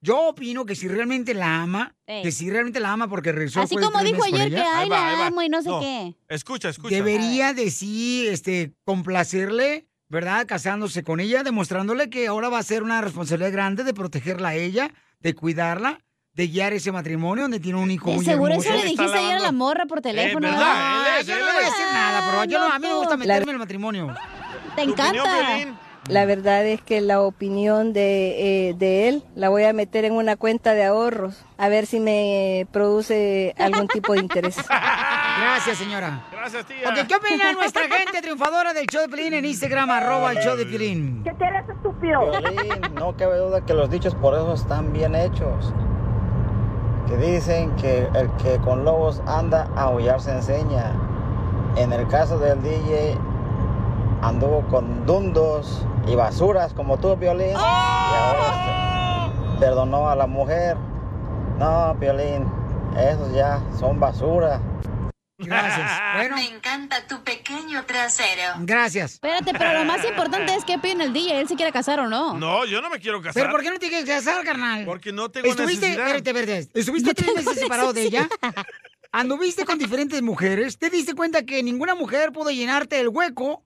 Speaker 1: yo opino que si realmente la ama,
Speaker 10: Ey.
Speaker 1: que si realmente la ama porque regresó
Speaker 10: Así
Speaker 1: después de
Speaker 10: como
Speaker 1: tres
Speaker 10: dijo
Speaker 1: meses con
Speaker 10: ayer que,
Speaker 1: ella,
Speaker 10: ay, la amo y no sé qué.
Speaker 4: Escucha, escucha.
Speaker 1: Debería de sí, este, complacerle, ¿verdad? Casándose con ella, demostrándole que ahora va a ser una responsabilidad grande de protegerla a ella, de cuidarla, de guiar ese matrimonio donde tiene un hijo
Speaker 10: Eh,
Speaker 1: muy
Speaker 10: Seguro eso
Speaker 1: hermoso.
Speaker 10: le dijiste ayer a la morra por teléfono.
Speaker 1: Eh, ¿verdad?
Speaker 10: ¿verdad?
Speaker 1: Él es, Yo no él voy a es. decir nada, pero yo no- a mí no me gusta
Speaker 10: tú.
Speaker 1: meterme en el matrimonio.
Speaker 10: Te encanta.
Speaker 15: La verdad es que la opinión de, eh, de él la voy a meter en una cuenta de ahorros, a ver si me produce algún tipo de interés.
Speaker 1: Gracias, señora.
Speaker 4: Gracias, tía.
Speaker 1: Ok, ¿qué opina nuestra gente triunfadora del show de Pilín en Instagram, arroba el show de Pilín? ¿Qué te eres estúpido?
Speaker 23: Piolín, no cabe duda que los dichos por eso están bien hechos. Que dicen que el que con lobos anda, a aullar se enseña. En el caso del DJ, anduvo con dundos y basuras como tú, Violín. Y
Speaker 1: ¡Oh!
Speaker 23: ahora se- perdonó a la mujer. No, Violín, esos ya son basura.
Speaker 1: Gracias. Bueno.
Speaker 15: Me encanta tu pequeño trasero.
Speaker 1: Gracias.
Speaker 10: Espérate, pero lo más importante es que opina el DJ, él se quiere casar o no.
Speaker 4: No, yo no me quiero casar.
Speaker 1: ¿Pero por qué no te quieres casar, carnal?
Speaker 4: Porque no tengo
Speaker 1: Estuviste,
Speaker 4: necesidad.
Speaker 1: espérate, espérate, estuviste tres meses separado de ella. Anduviste con diferentes mujeres. Te diste cuenta que ninguna mujer pudo llenarte el hueco.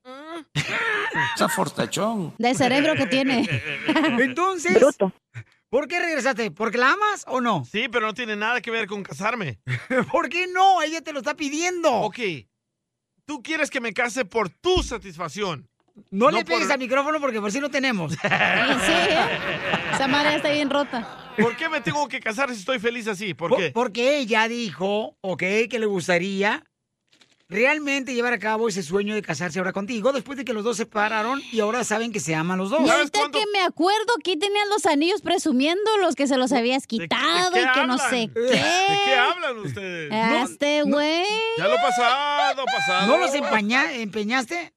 Speaker 23: Esa fortachón.
Speaker 10: Del cerebro que tiene.
Speaker 1: Entonces, ¿por qué regresaste? ¿Porque la amas o no?
Speaker 4: Sí, pero no tiene nada que ver con casarme.
Speaker 1: ¿Por qué no? Ella te lo está pidiendo.
Speaker 4: Ok. Tú quieres que me case por tu satisfacción.
Speaker 1: No, le pegues
Speaker 4: por-
Speaker 1: al micrófono porque por si no tenemos.
Speaker 10: Esa madre ya está bien rota.
Speaker 4: ¿Por qué me tengo que casar si estoy feliz así? ¿Por
Speaker 1: Po-
Speaker 4: qué?
Speaker 1: Porque ella dijo, ok, que le gustaría realmente llevar a cabo ese sueño de casarse ahora contigo después de que los dos se separaron y ahora saben que se aman los dos.
Speaker 10: Y ahorita que me acuerdo que tenían los anillos presumiendo los que se los habías quitado y que no sé
Speaker 4: ¿De qué
Speaker 10: qué.
Speaker 4: hablan ustedes?
Speaker 10: A Este güey.
Speaker 4: Ya lo pasado, pasado.
Speaker 1: ¿No los empaña- empeñaste?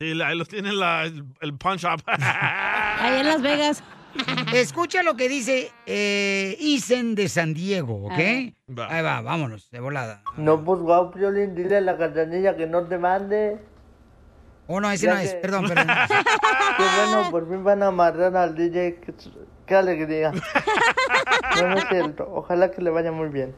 Speaker 4: Sí, la- ahí los tiene la- el, el punch up.
Speaker 10: Ahí en Las Vegas.
Speaker 1: Escucha lo que dice eh, Isen de San Diego, ¿ok?
Speaker 23: A ver.
Speaker 1: Ahí va, vámonos, de volada.
Speaker 23: No, pues guau, Piolín, dile a la cachanilla que no te mande.
Speaker 1: Oh, no, ese
Speaker 23: Ya
Speaker 1: no es,
Speaker 23: que-
Speaker 1: perdón, perdón.
Speaker 23: Qué bueno, por fin van a amarrar al DJ. Qué, qué alegría. bueno, es cierto. Ojalá que le vaya muy bien.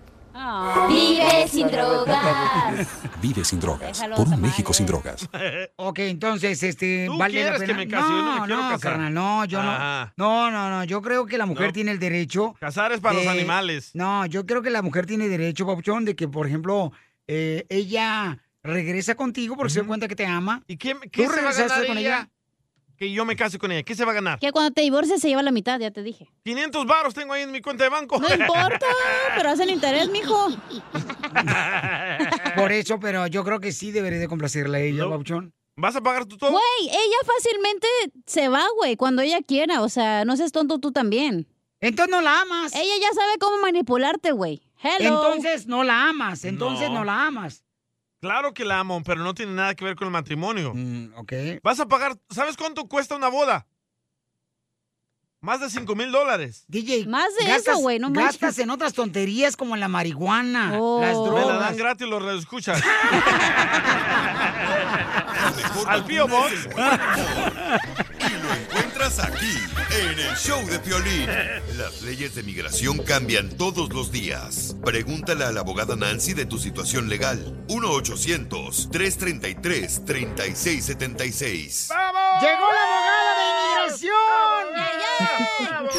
Speaker 2: Vive sin
Speaker 10: Ah.
Speaker 23: drogas.
Speaker 24: Vive sin drogas.
Speaker 1: Déjalo,
Speaker 24: Por un México sin drogas.
Speaker 1: Ok, entonces, este,
Speaker 4: Tú
Speaker 1: vale la
Speaker 4: quieres
Speaker 1: pena.
Speaker 4: que me case, yo no me quiero
Speaker 1: no,
Speaker 4: casar.
Speaker 1: carnal, no, yo
Speaker 4: Ah.
Speaker 1: no. No, no, no, yo creo que la mujer
Speaker 4: No.
Speaker 1: tiene el derecho.
Speaker 4: Casar es para los animales.
Speaker 1: No, yo creo que la mujer tiene derecho, papuchón, de que, por ejemplo, eh, ella regresa contigo porque se da cuenta que te ama.
Speaker 4: ¿Y qué, ¿Qué
Speaker 1: ¿Tú
Speaker 4: se va a
Speaker 1: regresaste
Speaker 4: ganar
Speaker 1: con
Speaker 4: ella?
Speaker 1: ella?
Speaker 4: Que yo me case con ella. ¿Qué se va a ganar?
Speaker 10: Que cuando te divorcias se lleva la mitad, ya te dije.
Speaker 4: 500 baros tengo ahí en mi cuenta de banco.
Speaker 10: No importa, pero hacen interés, mijo.
Speaker 1: Por eso, pero yo creo que sí debería de complacerla a ella, papuchón.
Speaker 4: ¿Vas a pagar tú todo?
Speaker 10: Güey, ella fácilmente se va, güey, cuando ella quiera. O sea, no seas tonto tú también.
Speaker 1: Entonces no la amas.
Speaker 10: Ella ya sabe cómo manipularte, güey. Hello.
Speaker 1: Entonces no la amas, entonces no,
Speaker 4: No.
Speaker 1: la amas.
Speaker 4: Claro que la amo, pero no tiene nada que ver con el matrimonio.
Speaker 1: Mm, ok.
Speaker 4: Vas a pagar, ¿sabes cuánto cuesta una boda? Más de 5 mil dólares.
Speaker 1: DJ.
Speaker 10: Más de
Speaker 1: gastas-
Speaker 10: eso, güey, no manches.
Speaker 1: Gastas en otras tonterías como la marihuana,
Speaker 10: Oh.
Speaker 1: las
Speaker 4: Me la dan
Speaker 1: drogas.
Speaker 4: gratis, los escuchas. Al Pío Box.
Speaker 6: Encuentras aquí, en el show de Piolín. Las leyes de migración cambian todos los días. Pregúntale a la abogada Nancy de tu situación legal. 1-800-333-3676.
Speaker 1: Llegó la abogada de inmigración.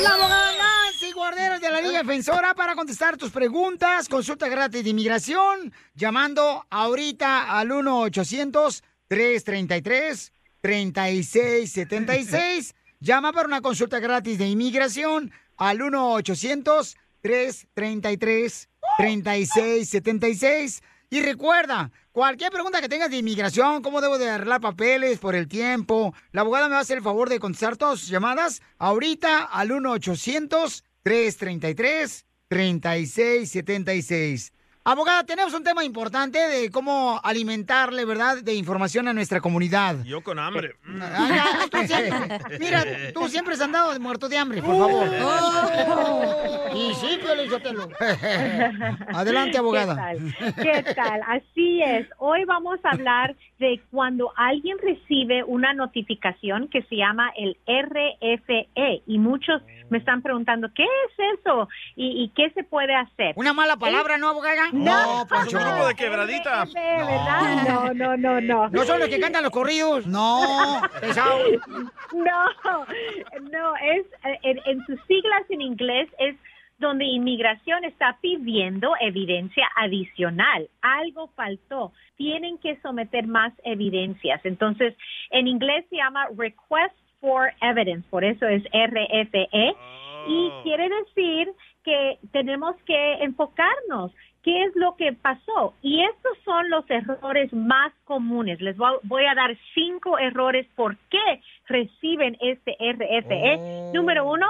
Speaker 1: La abogada Nancy Guarderos de la Liga Defensora para contestar tus preguntas. Consulta gratis de inmigración. Llamando ahorita al 1-800-333-3676. Llama para una consulta gratis de inmigración al 1-800-333-3676. Y recuerda, cualquier pregunta que tengas de inmigración, cómo debo de arreglar papeles por el tiempo, la abogada me va a hacer el favor de contestar todas sus llamadas ahorita al 1-800-333-3676. Abogada, tenemos un tema importante de cómo alimentarle, ¿verdad?, de información a nuestra comunidad.
Speaker 4: Yo con hambre.
Speaker 1: Ay, ay, tú siempre- mira, tú siempre has andado muerto de hambre, por favor.
Speaker 2: Oh.
Speaker 1: Y sí, Piolín, yo te lo- Adelante, abogada.
Speaker 19: ¿Qué tal? ¿Qué tal? Así es. Hoy vamos a hablar de cuando alguien recibe una notificación que se llama el RFE y muchos me están preguntando, ¿qué es eso? ¿Y, y qué se puede hacer?
Speaker 1: Una mala palabra, ¿no, abogada? No,
Speaker 4: Es un grupo de quebraditas.
Speaker 19: ¿verdad? Ah, No, no, no, no.
Speaker 1: No son los que cantan los corridos. No, pesado.
Speaker 19: No, no, es eh, en, en sus siglas en inglés es donde inmigración está pidiendo evidencia adicional. Algo faltó. Tienen que someter más evidencias. Entonces, en inglés se llama request for evidence, por eso es E, RFE. Y quiere decir que tenemos que enfocarnos. ¿Qué es lo que pasó? Y estos son los errores más comunes. Les voy a, voy a dar cinco errores por qué reciben este RFE. Número uno,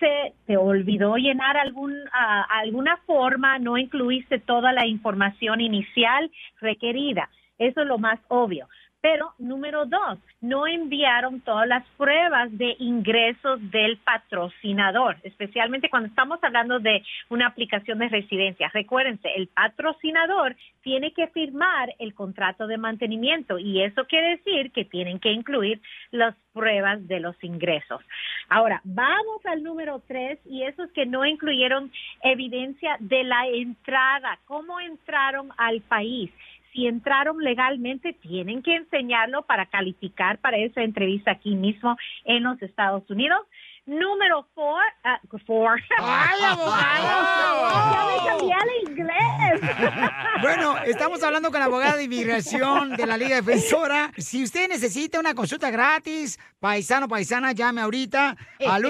Speaker 19: se te olvidó llenar algún, ah, alguna forma, no incluiste toda la información inicial requerida. Eso es lo más obvio. Pero número dos, no enviaron todas las pruebas de ingresos del patrocinador, especialmente cuando estamos hablando de una aplicación de residencia. Recuérdense, el patrocinador tiene que firmar el contrato de mantenimiento y eso quiere decir que tienen que incluir las pruebas de los ingresos. Ahora, vamos al número tres y esos que no incluyeron evidencia de la entrada, cómo entraron al país si entraron legalmente, tienen que enseñarlo para calificar para esa entrevista aquí mismo en los Estados Unidos. Número four, ah, four.
Speaker 2: ¡Ay, abogado!
Speaker 19: Ya me cambié al inglés.
Speaker 1: Bueno, estamos hablando con la abogada de inmigración de la Liga Defensora. Si usted necesita una consulta gratis, paisano, paisana, llame ahorita al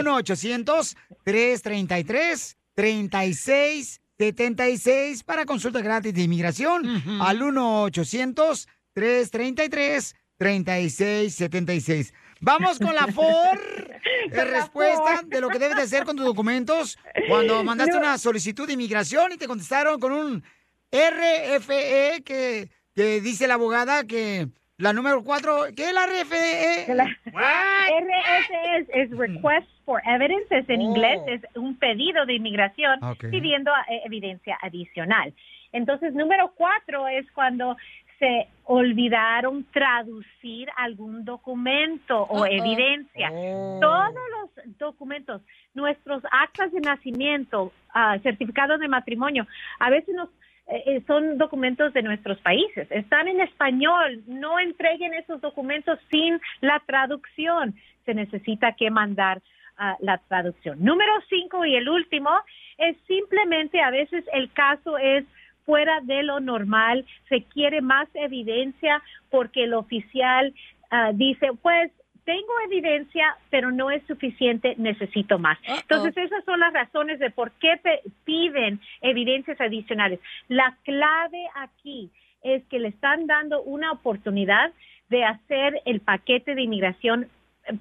Speaker 1: 1-800-333-3676 para consulta gratis de inmigración al 1-800-333-3676. Vamos con la FOR de
Speaker 2: Con la
Speaker 1: respuesta
Speaker 2: FOR.
Speaker 1: de lo que debes de hacer con tus documentos cuando mandaste
Speaker 2: No.
Speaker 1: una solicitud de inmigración y te contestaron con un RFE que, que dice la abogada que la número cuatro, ¿qué es la E? RFE?
Speaker 19: RFE E es, es Request for Evidence, es en
Speaker 1: Oh.
Speaker 19: inglés, es un pedido de inmigración
Speaker 2: Ah, Ok.
Speaker 19: pidiendo eh, evidencia adicional. Entonces, número cuatro es cuando se olvidaron traducir algún documento o
Speaker 2: Uh-oh.
Speaker 19: evidencia.
Speaker 1: Oh.
Speaker 19: Todos los documentos, nuestros actas de nacimiento, ah, certificados de matrimonio, a veces nos eh, eh, son documentos de nuestros países, están en español, no entreguen esos documentos sin la traducción, se necesita que mandar ah, la traducción. Número cinco y el último es simplemente a veces el caso es fuera de lo normal, se quiere más evidencia porque el oficial ah, dice, pues tengo evidencia, pero no es suficiente, necesito más. Entonces, esas son las razones de por qué pe- piden evidencias adicionales. La clave aquí es que le están dando una oportunidad de hacer el paquete de inmigración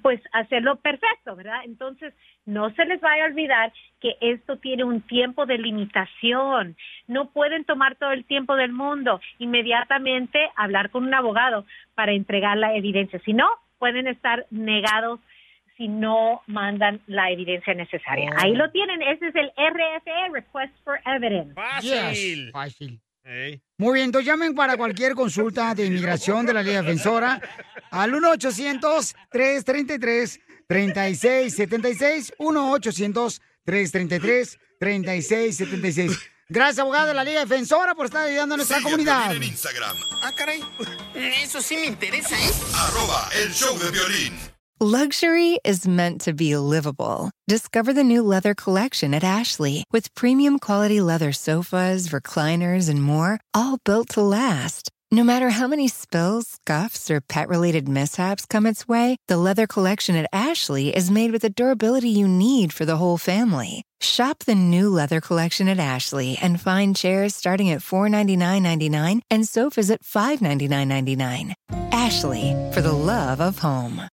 Speaker 19: pues hacerlo perfecto, ¿verdad? Entonces, no se les vaya a olvidar que esto tiene un tiempo de limitación. No pueden tomar todo el tiempo del mundo, inmediatamente hablar con un abogado para entregar la evidencia. Si no, pueden estar negados si no mandan la evidencia necesaria.
Speaker 25: Oh.
Speaker 19: Ahí lo tienen, ese es el RFE, Request for Evidence.
Speaker 1: Yes, Fácil. Muy bien, entonces llamen para cualquier consulta de inmigración de la ley defensora al 1-800-333-3676. 1-800-333-3676. Gracias, abogada de la Liga Defensora, por estar ayudando a nuestra
Speaker 6: Síguete
Speaker 1: comunidad.
Speaker 6: también en Instagram,
Speaker 5: Ah, caray. Eso sí me interesa, ¿eh?
Speaker 6: arroba el show de violín.
Speaker 16: Luxury is meant to be livable. Discover the new leather collection at Ashley with premium quality leather sofas, recliners, and more, all built to last. No matter how many spills, scuffs, or pet related mishaps come its way, the leather collection at Ashley is made with the durability you need for the whole family. Shop the new leather collection at Ashley and find chairs starting at $499.99 and sofas at $599.99. Ashley, for the love of home.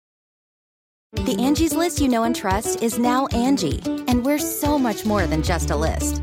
Speaker 9: The Angie's list you know and trust is now Angie, and we're so much more than just a list.